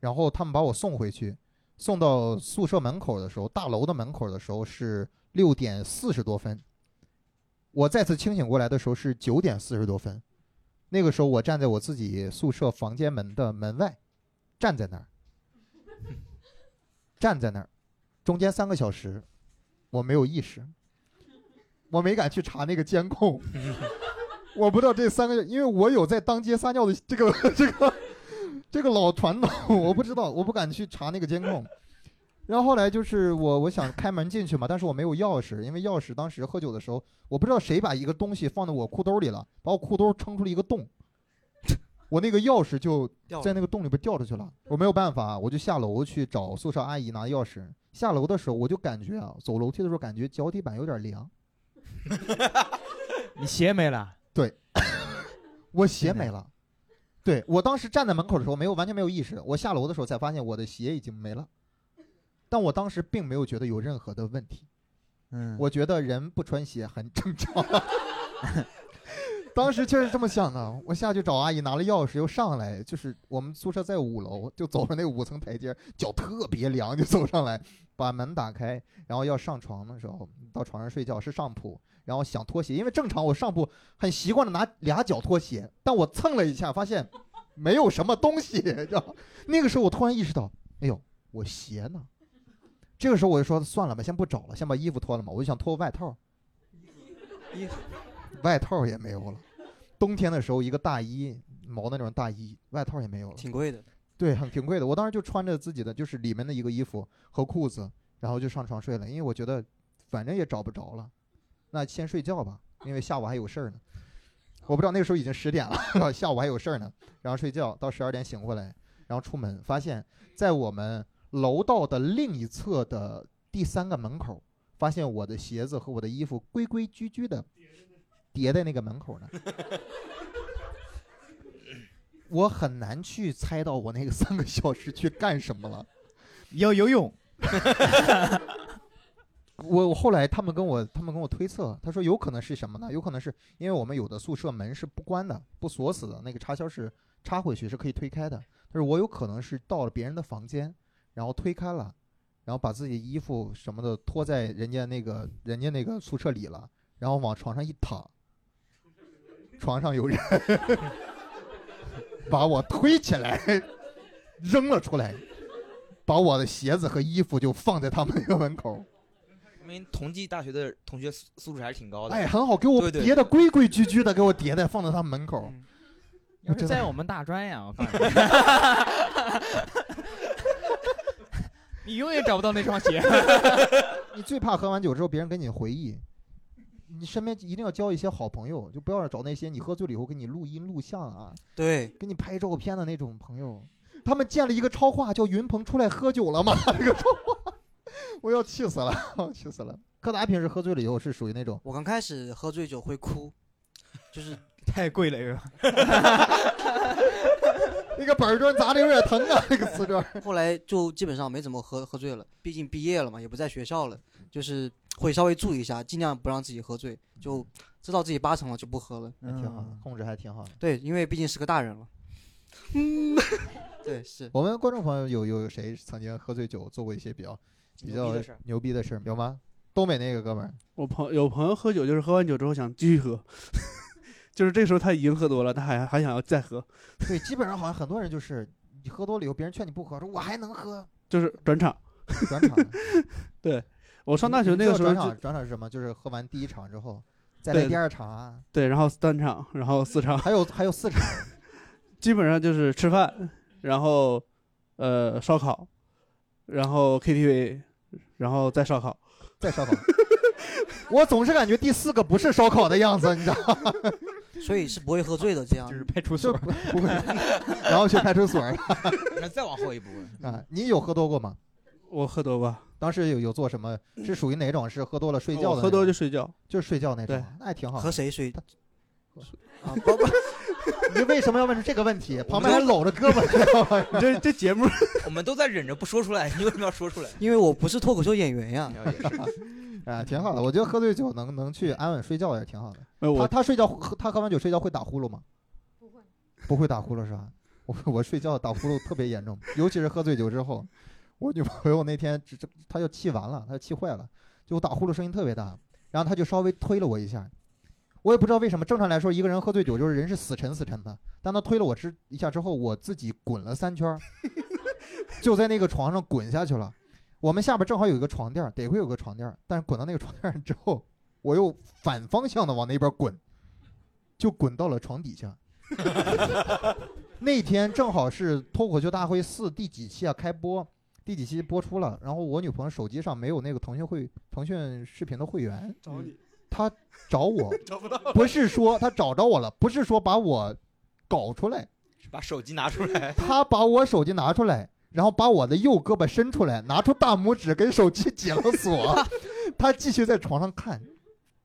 [SPEAKER 2] 然后他们把我送回去，送到宿舍门口的时候，大楼的门口的时候是六点四十多分，我再次清醒过来的时候是九点四十多分，那个时候我站在我自己宿舍房间门的门外，站在那儿，站在那儿，中间三个小时，我没有意识，我没敢去查那个监控，我不知道这三个，因为我有在当街撒尿的这个这个这个老传统，我不知道，我不敢去查那个监控。然后后来就是我，我想开门进去嘛，但是我没有钥匙，因为钥匙当时喝酒的时候，我不知道谁把一个东西放到我裤兜里了，把我裤兜撑出了一个洞， 我那个钥匙就
[SPEAKER 3] 掉了
[SPEAKER 2] 在那个洞里边掉出去了。我没有办法，我就下楼去找宿舍阿姨拿钥匙。下楼的时候，我就感觉啊，走楼梯的时候感觉脚底板有点凉，
[SPEAKER 1] 你鞋没了，
[SPEAKER 2] 我鞋没了。对我当时站在门口的时候，没有完全没有意识，我下楼的时候才发现我的鞋已经没了，但我当时并没有觉得有任何的问题。
[SPEAKER 1] 嗯，
[SPEAKER 2] 我觉得人不穿鞋很正常。 当时确实这么想的，我下去找阿姨拿了钥匙，又上来，就是我们宿舍在五楼，就走上那五层台阶，脚特别凉，就走上来，把门打开，然后要上床的时候，到床上睡觉是上铺，然后想脱鞋，因为正常我上铺很习惯的拿俩脚脱鞋，但我蹭了一下，发现没有什么东西， 知道？那个时候我突然意识到，哎呦，我鞋呢？这个时候我就说算了吧，先不找了，先把衣服脱了嘛。我就想脱外套，
[SPEAKER 3] 衣服
[SPEAKER 2] 外套也没有了。冬天的时候，一个大衣毛的那种大衣，外套也没有
[SPEAKER 1] 嗯
[SPEAKER 2] 了，
[SPEAKER 3] 挺贵的。
[SPEAKER 2] 对，很挺贵的。我当时就穿着自己的就是里面的一个衣服和裤子，然后就上床睡了，因为我觉得反正也找不着了，那先睡觉吧，因为下午还有事儿呢。我不知道那个时候已经十点了， 下午还有事儿呢，然后睡觉到十二点醒过来，然后出门发现，在我们楼道的另一侧的第三个门口，发现我的鞋子和我的衣服规规矩矩的叠在那个门口呢。我很难去猜到我那个三个小时去干什么了。
[SPEAKER 1] 要游泳，
[SPEAKER 2] 我我后来他们跟我他们跟我推测，他说有可能是什么呢？有可能是因为我们有的宿舍门是不关的，不锁死的，那个插销是插回去是可以推开的。他说我有可能是到了别人的房间，然后推开了，然后把自己衣服什么的脱在人家那个人家那个宿舍里了，然后往床上一躺，床上有人 把我推起来扔了出来，把我的鞋子和衣服就放在他们那个门口。
[SPEAKER 4] 因为同济大学的同学素素质还是挺高的。
[SPEAKER 2] 哎，很好，给我
[SPEAKER 4] 对对
[SPEAKER 2] 叠的规规矩矩的，给我叠在放到他们门口。
[SPEAKER 3] 嗯
[SPEAKER 1] 要是
[SPEAKER 2] 真的
[SPEAKER 1] 在我们大专呀，我告诉你， 你永远找不到那双鞋。
[SPEAKER 2] 你最怕喝完酒之后别人给你回忆，你身边一定要交一些好朋友，就不要找那些你喝醉了以后给你录音录像啊，
[SPEAKER 3] 对，
[SPEAKER 2] 给你拍照片的那种朋友。他们建了一个超话叫“云鹏出来喝酒了吗？” 这个超话，我要气死了，我气死了。柯达平时喝醉了以后是属于那种
[SPEAKER 3] 我刚开始喝醉酒会哭，就是
[SPEAKER 1] 太贵了，是吧？
[SPEAKER 2] 那个板砖砸的有点疼啊，那个瓷砖。
[SPEAKER 3] 后来就基本上没怎么喝喝醉了，毕竟毕业了嘛，也不在学校了，就是会稍微注意一下，尽量不让自己喝醉，就知道自己八成了就不喝了。
[SPEAKER 2] 挺好
[SPEAKER 1] 嗯
[SPEAKER 2] 的，控制还挺好的。
[SPEAKER 3] 对，因为毕竟是个大人了。嗯，对，是
[SPEAKER 2] 我们观众朋友有有谁曾经喝醉酒做过一些比较 比
[SPEAKER 4] 牛逼
[SPEAKER 2] 较
[SPEAKER 4] 的事儿
[SPEAKER 2] 牛逼的事儿有吗？东北那个哥们儿，
[SPEAKER 6] 我朋有朋友喝酒，就是喝完酒之后想继续喝， 就是这时候他已经喝多了，他还还想要再喝，
[SPEAKER 2] 对，基本上好像很多人就是你喝多了以后，别人劝你不喝，说我还能 喝，
[SPEAKER 6] 就是转场。
[SPEAKER 2] 转场。
[SPEAKER 6] 我上大学
[SPEAKER 2] 你
[SPEAKER 6] 那
[SPEAKER 2] 知道
[SPEAKER 6] 个
[SPEAKER 2] 转
[SPEAKER 6] 时候就
[SPEAKER 2] 场转场是什么？就是喝完第一场之后，再来
[SPEAKER 6] 对啊
[SPEAKER 2] 第二场啊，
[SPEAKER 6] 对，然后三场，然后四场，
[SPEAKER 2] 还有还有四场，
[SPEAKER 6] 基本上就是吃饭，然后呃烧烤，然后 KTV，然后再烧烤。
[SPEAKER 2] 再烧烤。 我总是感觉第四个不是烧烤的样子，你知道吗？
[SPEAKER 3] 所以是不会喝醉的。这样
[SPEAKER 1] 就是派出
[SPEAKER 2] 就
[SPEAKER 1] 所，
[SPEAKER 2] 不不 会，然后去派出所了
[SPEAKER 4] 那再往后一步，
[SPEAKER 2] 啊。你有喝多过吗？
[SPEAKER 6] 我喝多吧，
[SPEAKER 2] 当时有有做什么？是属于哪种？是喝多了睡觉的那
[SPEAKER 6] 我
[SPEAKER 2] 种？
[SPEAKER 6] 喝多就睡觉，
[SPEAKER 2] 就是睡觉那种啊
[SPEAKER 6] 对，
[SPEAKER 2] 那也挺好的
[SPEAKER 3] 和。谁睡
[SPEAKER 2] 他？
[SPEAKER 3] 啊，包括
[SPEAKER 2] 你为什么要问出这个问 题？旁边还搂着胳膊，知道吗？
[SPEAKER 6] 你这这节 目
[SPEAKER 4] 我们都在忍着不说出来，你为什么要说出来？
[SPEAKER 3] 因为我不是脱口秀演员呀。
[SPEAKER 4] 也是
[SPEAKER 2] 啊，挺好的。我觉得喝醉酒能能去安稳睡觉也挺好的。
[SPEAKER 6] 呃
[SPEAKER 2] 他
[SPEAKER 6] 我
[SPEAKER 2] 他睡觉喝他喝完酒睡觉会打呼噜吗？
[SPEAKER 7] 不会，
[SPEAKER 2] 不会打呼噜是吧？我我睡觉打呼噜特别严重，尤其是喝醉酒之后。我女朋友那天只这她就气完了，她就气坏了，就我打呼噜声音特别大，然后她就稍微推了我一下，我也不知道为什么，正常来说，一个人喝醉酒就是人是死沉死沉的。但他推了我之一下之后，我自己滚了三圈儿，就在那个床上滚下去了。我们下边正好有一个床垫儿，得亏有个床垫儿，但是滚到那个床垫儿之后，我又反方向的往那边滚，就滚到了床底 下。那天正好是《脱口秀大会四》第几期啊开播，第几期播出了。然后我女朋友手机上没有那个腾讯会腾讯视频的会员，
[SPEAKER 6] 找你
[SPEAKER 2] 她找我，
[SPEAKER 6] 找不到，
[SPEAKER 2] 不是说她找着我了，不是说把我搞出来，
[SPEAKER 4] 把手机拿出 来，
[SPEAKER 2] 她把我手机拿出来，然后把我的右胳膊伸出来，拿出大拇指跟手机解了锁，她继续在床上看。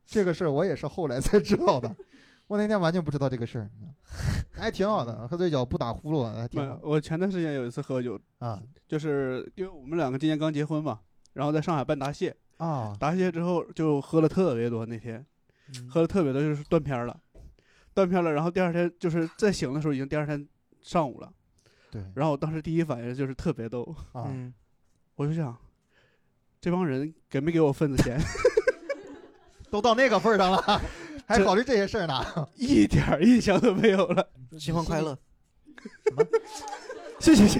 [SPEAKER 2] 这个事儿我也是后来才知道的，我那天完全不知道这个事儿，还挺好的，喝醉酒不打呼噜还挺好
[SPEAKER 6] 我前段时间有一次喝酒，
[SPEAKER 2] 啊
[SPEAKER 6] 就是因为我们两个今年刚结婚嘛，然后在上海办答谢，
[SPEAKER 2] 啊嗯
[SPEAKER 6] 答谢之后就喝了特别多，那天喝了特别多，就是断片儿了，断片儿了。然后第二天就是再醒的时候，已经第二天上午了。
[SPEAKER 2] 对
[SPEAKER 6] 然后我当时第一反应就是特别逗，
[SPEAKER 2] 啊。
[SPEAKER 3] 嗯，
[SPEAKER 6] 我就想，这帮人给没给我份子钱，
[SPEAKER 2] 都到那个份儿上了，还
[SPEAKER 6] 这
[SPEAKER 2] 考虑这些事儿呢？
[SPEAKER 6] 一点儿印象都没有了。
[SPEAKER 3] 新婚快乐。
[SPEAKER 6] 谢谢谢谢。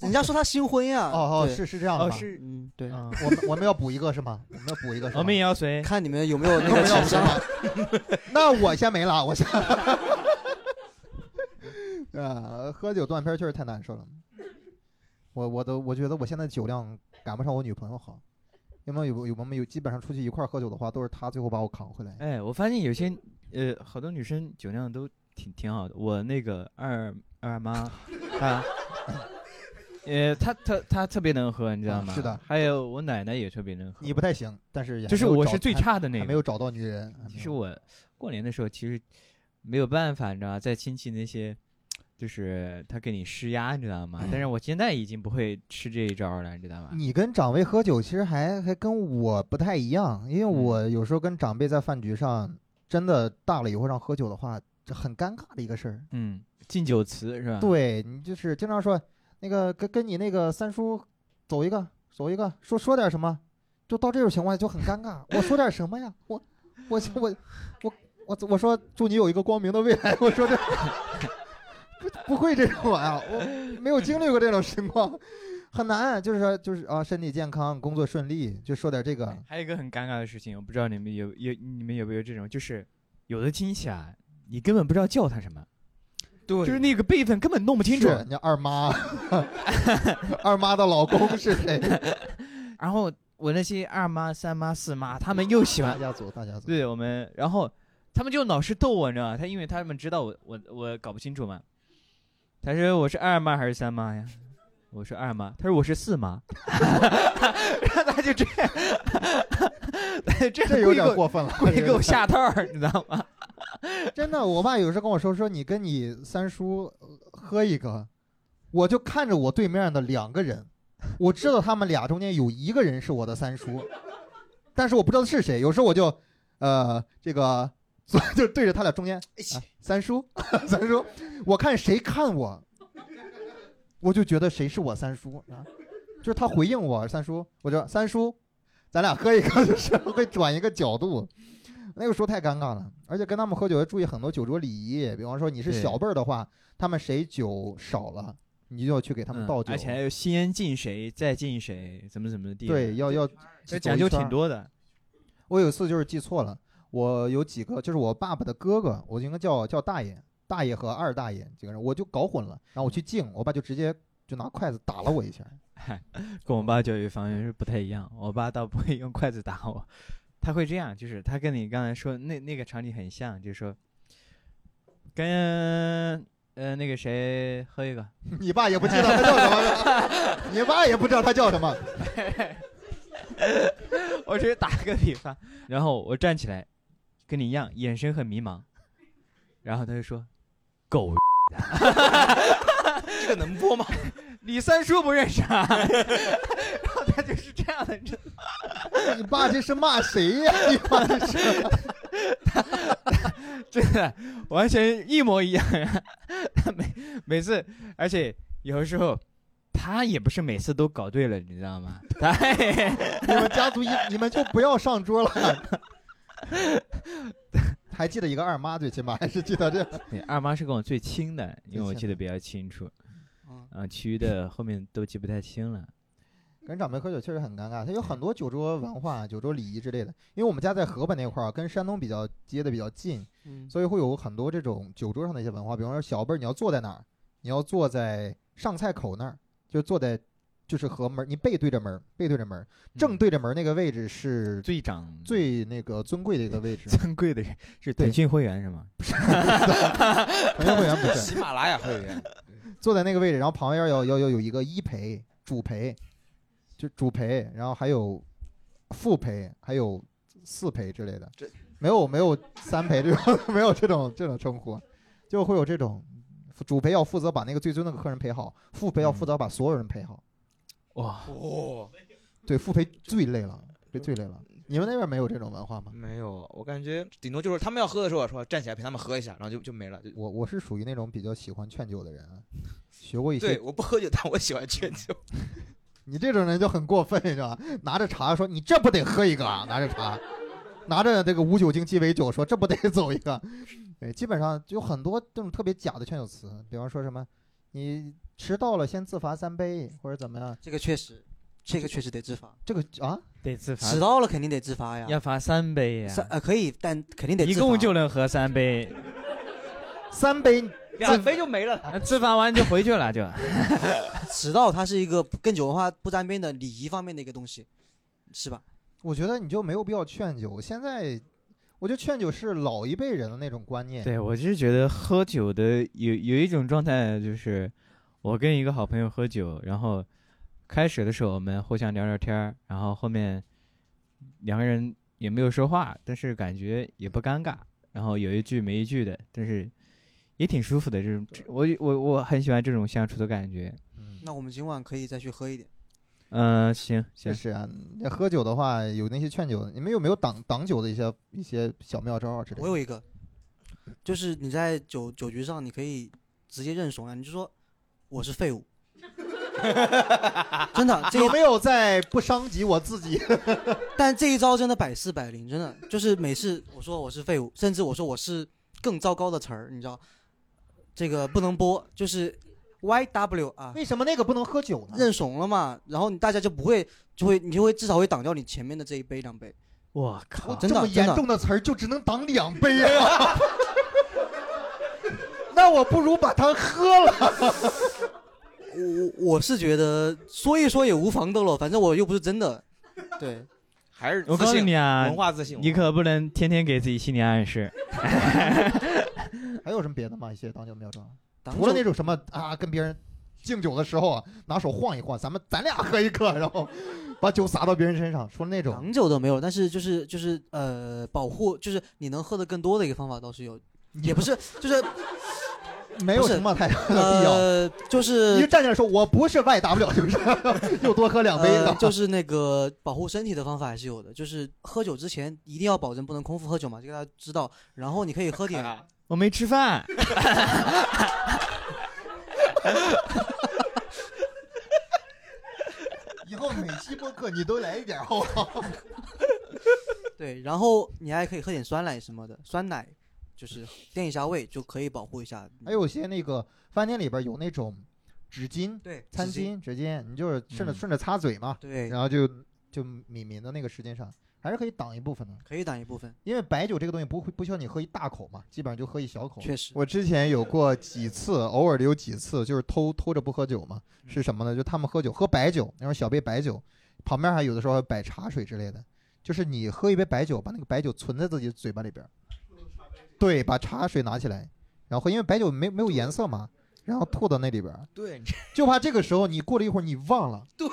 [SPEAKER 3] 人家说他新婚呀。
[SPEAKER 2] 哦哦，
[SPEAKER 3] 对。
[SPEAKER 2] 是是这样的
[SPEAKER 1] 哦，
[SPEAKER 2] 吧？
[SPEAKER 1] 是，
[SPEAKER 3] 嗯，对。
[SPEAKER 2] 嗯，我们我们要补一个是吗？我们要补一个是吗？
[SPEAKER 1] 我们也要随。
[SPEAKER 3] 看你们有没 有那
[SPEAKER 2] 我
[SPEAKER 3] 个
[SPEAKER 2] 们要
[SPEAKER 3] 情
[SPEAKER 2] 补什
[SPEAKER 3] 商。
[SPEAKER 2] 么？ 那我先没了，我先。 啊，喝酒断片儿确实太难受了。我我都我觉得我现在酒量赶不上我女朋友好，因为有有我们有基本上出去一块儿喝酒的话，都是她最后把我扛回来。
[SPEAKER 1] 哎，我发现有些呃，好多女生酒量都挺挺好的。我那个二二妈，她，呃，她她她特别能喝，你知道
[SPEAKER 2] 嗯
[SPEAKER 1] 吗？
[SPEAKER 2] 是的。
[SPEAKER 1] 还有我奶奶也特别能喝。
[SPEAKER 2] 你不太行，但是也
[SPEAKER 1] 就是
[SPEAKER 2] 还没有
[SPEAKER 1] 我
[SPEAKER 2] 找
[SPEAKER 1] 是最
[SPEAKER 2] 还
[SPEAKER 1] 差的那
[SPEAKER 2] 还
[SPEAKER 1] 个
[SPEAKER 2] 没。有找到女人。还没
[SPEAKER 1] 其实
[SPEAKER 2] 有
[SPEAKER 1] 我过年的时候其实没有办法，你知道吧，在亲戚那些，就是他给你施压，你知道吗？但 是我现在已经不会吃这一招了，你知道吧？
[SPEAKER 2] 你跟长辈喝酒，其实还还跟我不太一样，因为
[SPEAKER 1] 嗯
[SPEAKER 2] 我有时候跟长辈在饭局上，真的大了以后让喝酒的话，这很尴尬的一个事儿。
[SPEAKER 1] 嗯，敬酒词是吧？，
[SPEAKER 2] 对啊你就是经常说那个跟跟你那个三叔走一个走一个，说说点什么，就到这种情况下就很尴尬。我说点什么呀？我我我我我我说祝你有一个光明的未来。我 说这不不会这种玩意儿，我没有经历过这种情况。很难，就是说，就是啊，身体健康，工作顺利，就说点这个。
[SPEAKER 1] 哎还有一个很尴尬的事情，我不知道你们有有你们有没有这种，就是有的亲戚啊，你根本不知道叫他什么，
[SPEAKER 4] 对
[SPEAKER 1] 就是那个辈分根本弄不清楚。
[SPEAKER 2] 是人家二妈，二妈的老公是 谁？
[SPEAKER 1] 然后我那些二妈、三妈、四妈，他们又喜欢
[SPEAKER 2] 大家族，大家族。
[SPEAKER 1] 对我们，然后他们就老是逗我，你知道吗？他因为他们知道我我我搞不清楚嘛。他说我是二妈还是三妈呀？我说二妈，他说我是四妈， 然后他就这样， 他就这样
[SPEAKER 2] 这有
[SPEAKER 1] 故意
[SPEAKER 2] 点
[SPEAKER 1] 给我
[SPEAKER 2] 过分了，
[SPEAKER 1] 故意给我下套儿，你知道吗？
[SPEAKER 2] 真的，我爸有时候跟我说，说你跟你三叔呃喝一个，我就看着我对面的两个人，我知道他们俩中间有一个人是我的三叔， 但是我不知道是谁。有时候我就，呃，这个 就对着他俩中间，啊、三叔， 三叔，我看谁看我，我就觉得谁是我三叔啊，就是他回应我三叔，我就三叔，咱俩喝一个， 就是会转一个角度。那个时候太尴尬了，而且跟他们喝酒要注意很多酒桌礼仪，比方说你是
[SPEAKER 1] 对
[SPEAKER 2] 小辈儿的话，他们谁酒少了，你就要去给他们
[SPEAKER 1] 嗯
[SPEAKER 2] 倒酒，
[SPEAKER 1] 而且还有先敬谁，再敬谁，怎么怎么地，
[SPEAKER 2] 对，，要要
[SPEAKER 1] 这讲究
[SPEAKER 2] 走一圈
[SPEAKER 1] 挺多的。
[SPEAKER 2] 我有一次就是记错了，我有几个就是我爸爸的哥哥，我应该叫叫大爷，大爷和二大爷几个人，我就搞混了，然后我去敬，我爸就直接就拿筷子打了我一下。
[SPEAKER 1] 跟我爸教育方式不太一样，我爸倒不会用筷子打我，他会这样，就是他跟你刚才说那那个场景很像，就是说跟呃那个谁喝一个，
[SPEAKER 2] 你爸也不知道他叫什么， 你爸也不知道他叫什么。
[SPEAKER 1] 我只是打个比方，然后我站起来，跟你一样，眼神很迷茫，然后他就说狗
[SPEAKER 4] 这个能播吗？
[SPEAKER 1] 李三叔不认识啊， 然后他就是这样的，你知道吗
[SPEAKER 2] 你爸这是骂谁呀、你爸这是
[SPEAKER 1] 真的完全一模一样啊！ 他每每次，而且有的时候他也不是每次都搞对了，你知道吗？他
[SPEAKER 2] 你们家族一，你们就不要上桌了。 还记得一个二妈，最起码还是记得这个。
[SPEAKER 1] 对二妈是跟我最亲的，因为我
[SPEAKER 2] 亲
[SPEAKER 1] 记得比较清楚，
[SPEAKER 3] 嗯，
[SPEAKER 1] 啊，其余的后面都记不太清了。
[SPEAKER 2] 跟长辈喝酒确实很尴尬，他有很多酒桌文化、酒桌礼仪之类的。因为我们家在河北那块儿，啊跟山东比较接的比较近，
[SPEAKER 3] 嗯，
[SPEAKER 2] 所以会有很多这种酒桌上的一些文化。比方说小辈儿你要坐在哪儿，你要坐在上菜口那儿，就坐在就是和门儿，你背对着门儿，背对着门儿，正对着门儿那个位置是
[SPEAKER 1] 嗯最长
[SPEAKER 2] 最那个尊贵的一个 位置。
[SPEAKER 1] 尊贵的人是
[SPEAKER 2] 对
[SPEAKER 1] 腾讯会员是吗？
[SPEAKER 2] 肯定会员不是。
[SPEAKER 4] 喜马拉雅会员，
[SPEAKER 2] 坐在那个位置，然后旁边要要要有一个一陪、主陪，就主陪，然后还有副陪，还有四陪之类的
[SPEAKER 4] 这，
[SPEAKER 2] 没有没有三陪这种 没有这种这种称呼，就会有这种主陪要负责把那个最尊贵的客人陪好，副陪要负责把所有人陪好。
[SPEAKER 1] 哇，
[SPEAKER 4] 哦，
[SPEAKER 2] 对，副陪最累了，这最累了。
[SPEAKER 4] 嗯
[SPEAKER 2] 你们那边没有这种文化吗？
[SPEAKER 4] 没有，我感觉顶多就是他们要喝的时候，说站起来陪他们喝一下，然后就就没了。就
[SPEAKER 2] 我我是属于那种比较喜欢劝酒的人啊，学过一些
[SPEAKER 4] 对，我不喝酒，但我喜欢劝酒。
[SPEAKER 2] 你这种人就很过分，是吧？拿着茶说你这不得喝一个啊？拿着茶，拿着这个无酒精鸡尾酒说这不得走一个？对，基本上就很多这种特别假的劝酒词，比方说什么你迟到了先自罚三杯，或者怎么样？
[SPEAKER 3] 这个确实，这个确实得自罚，
[SPEAKER 2] 这个啊，
[SPEAKER 1] 得自
[SPEAKER 3] 迟到了肯定得自罚呀。
[SPEAKER 1] 要罚三杯呀、
[SPEAKER 3] 三呃可以，但肯定得自
[SPEAKER 1] 一
[SPEAKER 3] 罚
[SPEAKER 1] 共就能喝三杯，
[SPEAKER 2] 三杯
[SPEAKER 4] 两杯就没了。
[SPEAKER 1] 那自罚完就回去了就。
[SPEAKER 3] 迟到，它是一个跟酒文化不沾边的礼仪方面的一个东西，是吧？
[SPEAKER 2] 我觉得你就没有必要劝酒。现在，我觉得劝酒是老一辈人的那种观念。
[SPEAKER 1] 对我就是觉得喝酒的有有一种状态，就是我跟一个好朋友喝酒，然后开始的时候我们互相聊聊天儿，然后后面两个人也没有说话，但是感觉也不尴尬，然后有一句没一句的，但是也挺舒服的。这种这我我我很喜欢这种相处的感觉。
[SPEAKER 2] 嗯
[SPEAKER 3] 那我们今晚可以再去喝一点。
[SPEAKER 1] 嗯、行
[SPEAKER 2] 确
[SPEAKER 1] 行，
[SPEAKER 2] 实啊，那喝酒的话，有那些劝酒，你们有没有挡挡酒的一些一些小妙招啊之类
[SPEAKER 3] 我
[SPEAKER 2] 的？
[SPEAKER 3] 有一个，就是你在酒酒局上，你可以直接认怂呀，你就说我是废物。 真的，这一
[SPEAKER 2] 有没有在不伤及我自己
[SPEAKER 3] 但这一招真的百试百灵，真的就是每次我说我是废物，甚至我说我是更糟糕的词儿，你知道，这个不能播，就是 Y W 啊，
[SPEAKER 2] 为什么那个不能喝酒呢？
[SPEAKER 3] 认怂了嘛，然后你大家就不会，就会你就会至少会挡掉你前面的这一杯两杯。
[SPEAKER 1] 我
[SPEAKER 2] 我
[SPEAKER 1] 靠，
[SPEAKER 3] 真
[SPEAKER 2] 这
[SPEAKER 3] 的
[SPEAKER 2] 么严啊重的词儿就只能挡两杯啊！ 那我不如把它喝了。
[SPEAKER 3] 我我是觉得说一说也无妨的了，反正我又不是真的。 对，
[SPEAKER 4] 还是
[SPEAKER 1] 我
[SPEAKER 4] 自
[SPEAKER 1] 告诉
[SPEAKER 4] 信
[SPEAKER 1] 你啊
[SPEAKER 4] 文，化自信。
[SPEAKER 1] 你可不能天天给自己心理暗示。
[SPEAKER 2] 还有什么别的吗？一些挡酒妙招，
[SPEAKER 3] 挡
[SPEAKER 2] 除了
[SPEAKER 3] 酒
[SPEAKER 2] 那种什么啊，跟别人敬酒的时候啊，拿手晃一晃，咱们咱俩喝一个，然后把酒洒到别人身上，除了那种，
[SPEAKER 3] 挡酒都没有，但是就是就是呃，保护就是你能喝的更多的一个方法倒是有，也 不是就是
[SPEAKER 2] 没有
[SPEAKER 3] 不是
[SPEAKER 2] 什么太大的必要。
[SPEAKER 3] 呃就是
[SPEAKER 2] 你就站起来说，我不是 YW，就是 又多喝两杯啊
[SPEAKER 3] 呃
[SPEAKER 2] 的，，
[SPEAKER 3] 就是那个保护身体的方法还是有的，就是喝酒之前一定要保证不能空腹喝酒嘛，这个大家知道。然后你可以喝点，
[SPEAKER 4] 啊
[SPEAKER 1] 我没吃饭，
[SPEAKER 2] 以后每期播客你都来一点，好不好？
[SPEAKER 3] 对，然后你还可以喝点酸奶什么的，酸奶就是垫一下胃就可以保护一下。
[SPEAKER 2] 还有些那个饭店里边有那种纸巾、
[SPEAKER 3] 对
[SPEAKER 2] 餐
[SPEAKER 3] 纸巾
[SPEAKER 2] 巾、纸巾，你就是顺着
[SPEAKER 1] 嗯
[SPEAKER 2] 顺着擦嘴嘛，
[SPEAKER 3] 对，
[SPEAKER 2] 然后就就抿抿到那个时间上，还是可以挡一部分的。
[SPEAKER 3] 可以挡一部分，
[SPEAKER 2] 因为白酒这个东西不会不需要你喝一大口嘛，基本上就喝一小口。
[SPEAKER 3] 确实。
[SPEAKER 2] 我之前有过几次，偶尔有几次就是偷偷着不喝酒嘛，是什么呢？就他们喝酒喝白酒，那种小杯白酒，旁边还有的时候还摆茶水之类的，就是你喝一杯白酒，把那个白酒存在自己嘴巴里边儿，对，把茶水拿起来，然后因为白酒没没有颜色嘛，然后吐到那里边儿，
[SPEAKER 4] 对，你
[SPEAKER 2] 就怕这个时候你过了一会儿你忘了，对，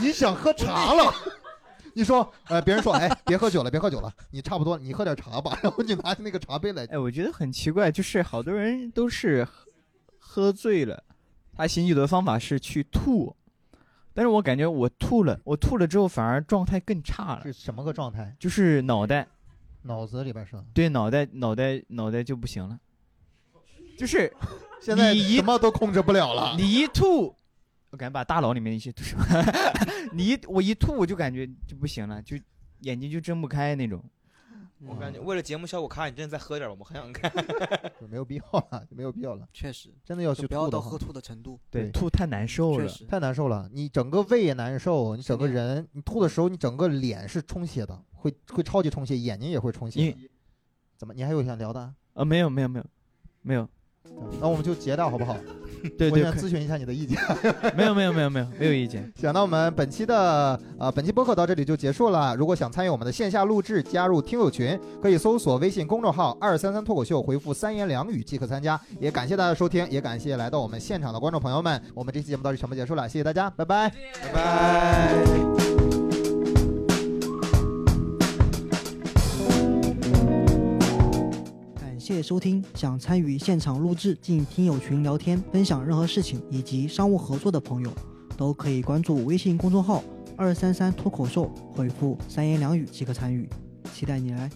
[SPEAKER 2] 你想喝茶了，你说，呃，别人说，哎，别喝酒了，别喝酒了，你差不多，你喝点茶吧，然后你拿那个茶杯来，
[SPEAKER 1] 哎，我觉得很奇怪，就是好多人都是喝喝醉了，他醒酒的方法是去吐，但是我感觉我吐了，我吐了之后反而状态更
[SPEAKER 3] 啊
[SPEAKER 1] 差了，
[SPEAKER 2] 是什么个状态？
[SPEAKER 1] 就是脑袋
[SPEAKER 2] 脑子里边是？
[SPEAKER 1] 对脑袋脑袋脑袋就不行了，就是
[SPEAKER 2] 现在
[SPEAKER 1] 你一
[SPEAKER 2] 什么都控制不了了。
[SPEAKER 1] 你一吐， 我感觉把大脑里面的一些吐什么，你一我一吐我就感觉就不行了，就眼睛就睁不开那种。
[SPEAKER 4] 我感觉
[SPEAKER 2] 嗯
[SPEAKER 4] 为了节目效果，卡你真的再喝点吧，我们很想看。
[SPEAKER 2] 就没有必要了，就没有必要了。
[SPEAKER 3] 确实，
[SPEAKER 2] 真的要去
[SPEAKER 3] 就不要
[SPEAKER 2] 吐的
[SPEAKER 3] 到
[SPEAKER 2] 话
[SPEAKER 3] 喝吐的程度，
[SPEAKER 2] 对
[SPEAKER 1] 吐太难受
[SPEAKER 3] 确
[SPEAKER 1] 了。
[SPEAKER 3] 实。
[SPEAKER 2] 太难受了，你整个胃也难受，你整个
[SPEAKER 3] 嗯
[SPEAKER 2] 人，你吐的时候，你整个脸是充血的，会会超级充血，眼睛也会充血的。怎么？你还有想聊的？
[SPEAKER 1] 啊，没有没有没有没有，
[SPEAKER 3] 嗯
[SPEAKER 2] 那我们就截掉好不好？
[SPEAKER 1] 对
[SPEAKER 2] 我
[SPEAKER 1] 对，
[SPEAKER 2] 想
[SPEAKER 1] 可
[SPEAKER 2] 咨询一下你的意见。
[SPEAKER 1] 没有没有没有没有没有意见。
[SPEAKER 2] 行，那我们本期的呃本期播客到这里就结束了。如果想参与我们的线下录制，加入听友群，可以搜索微信公众号“二三三脱口秀”，回复“三言两语”即可参加。也感谢大家的收听，也感谢来到我们现场的观众朋友们。我们这期节目到这里全部结束了，谢谢大家，拜拜。
[SPEAKER 4] 拜拜。
[SPEAKER 3] 感谢收听。想参与现场录制、进听友群聊天、分享任何事情以及商务合作的朋友，都可以关注微信公众号“二三三脱口秀”，回复“三言两语”即可参与。期待你来。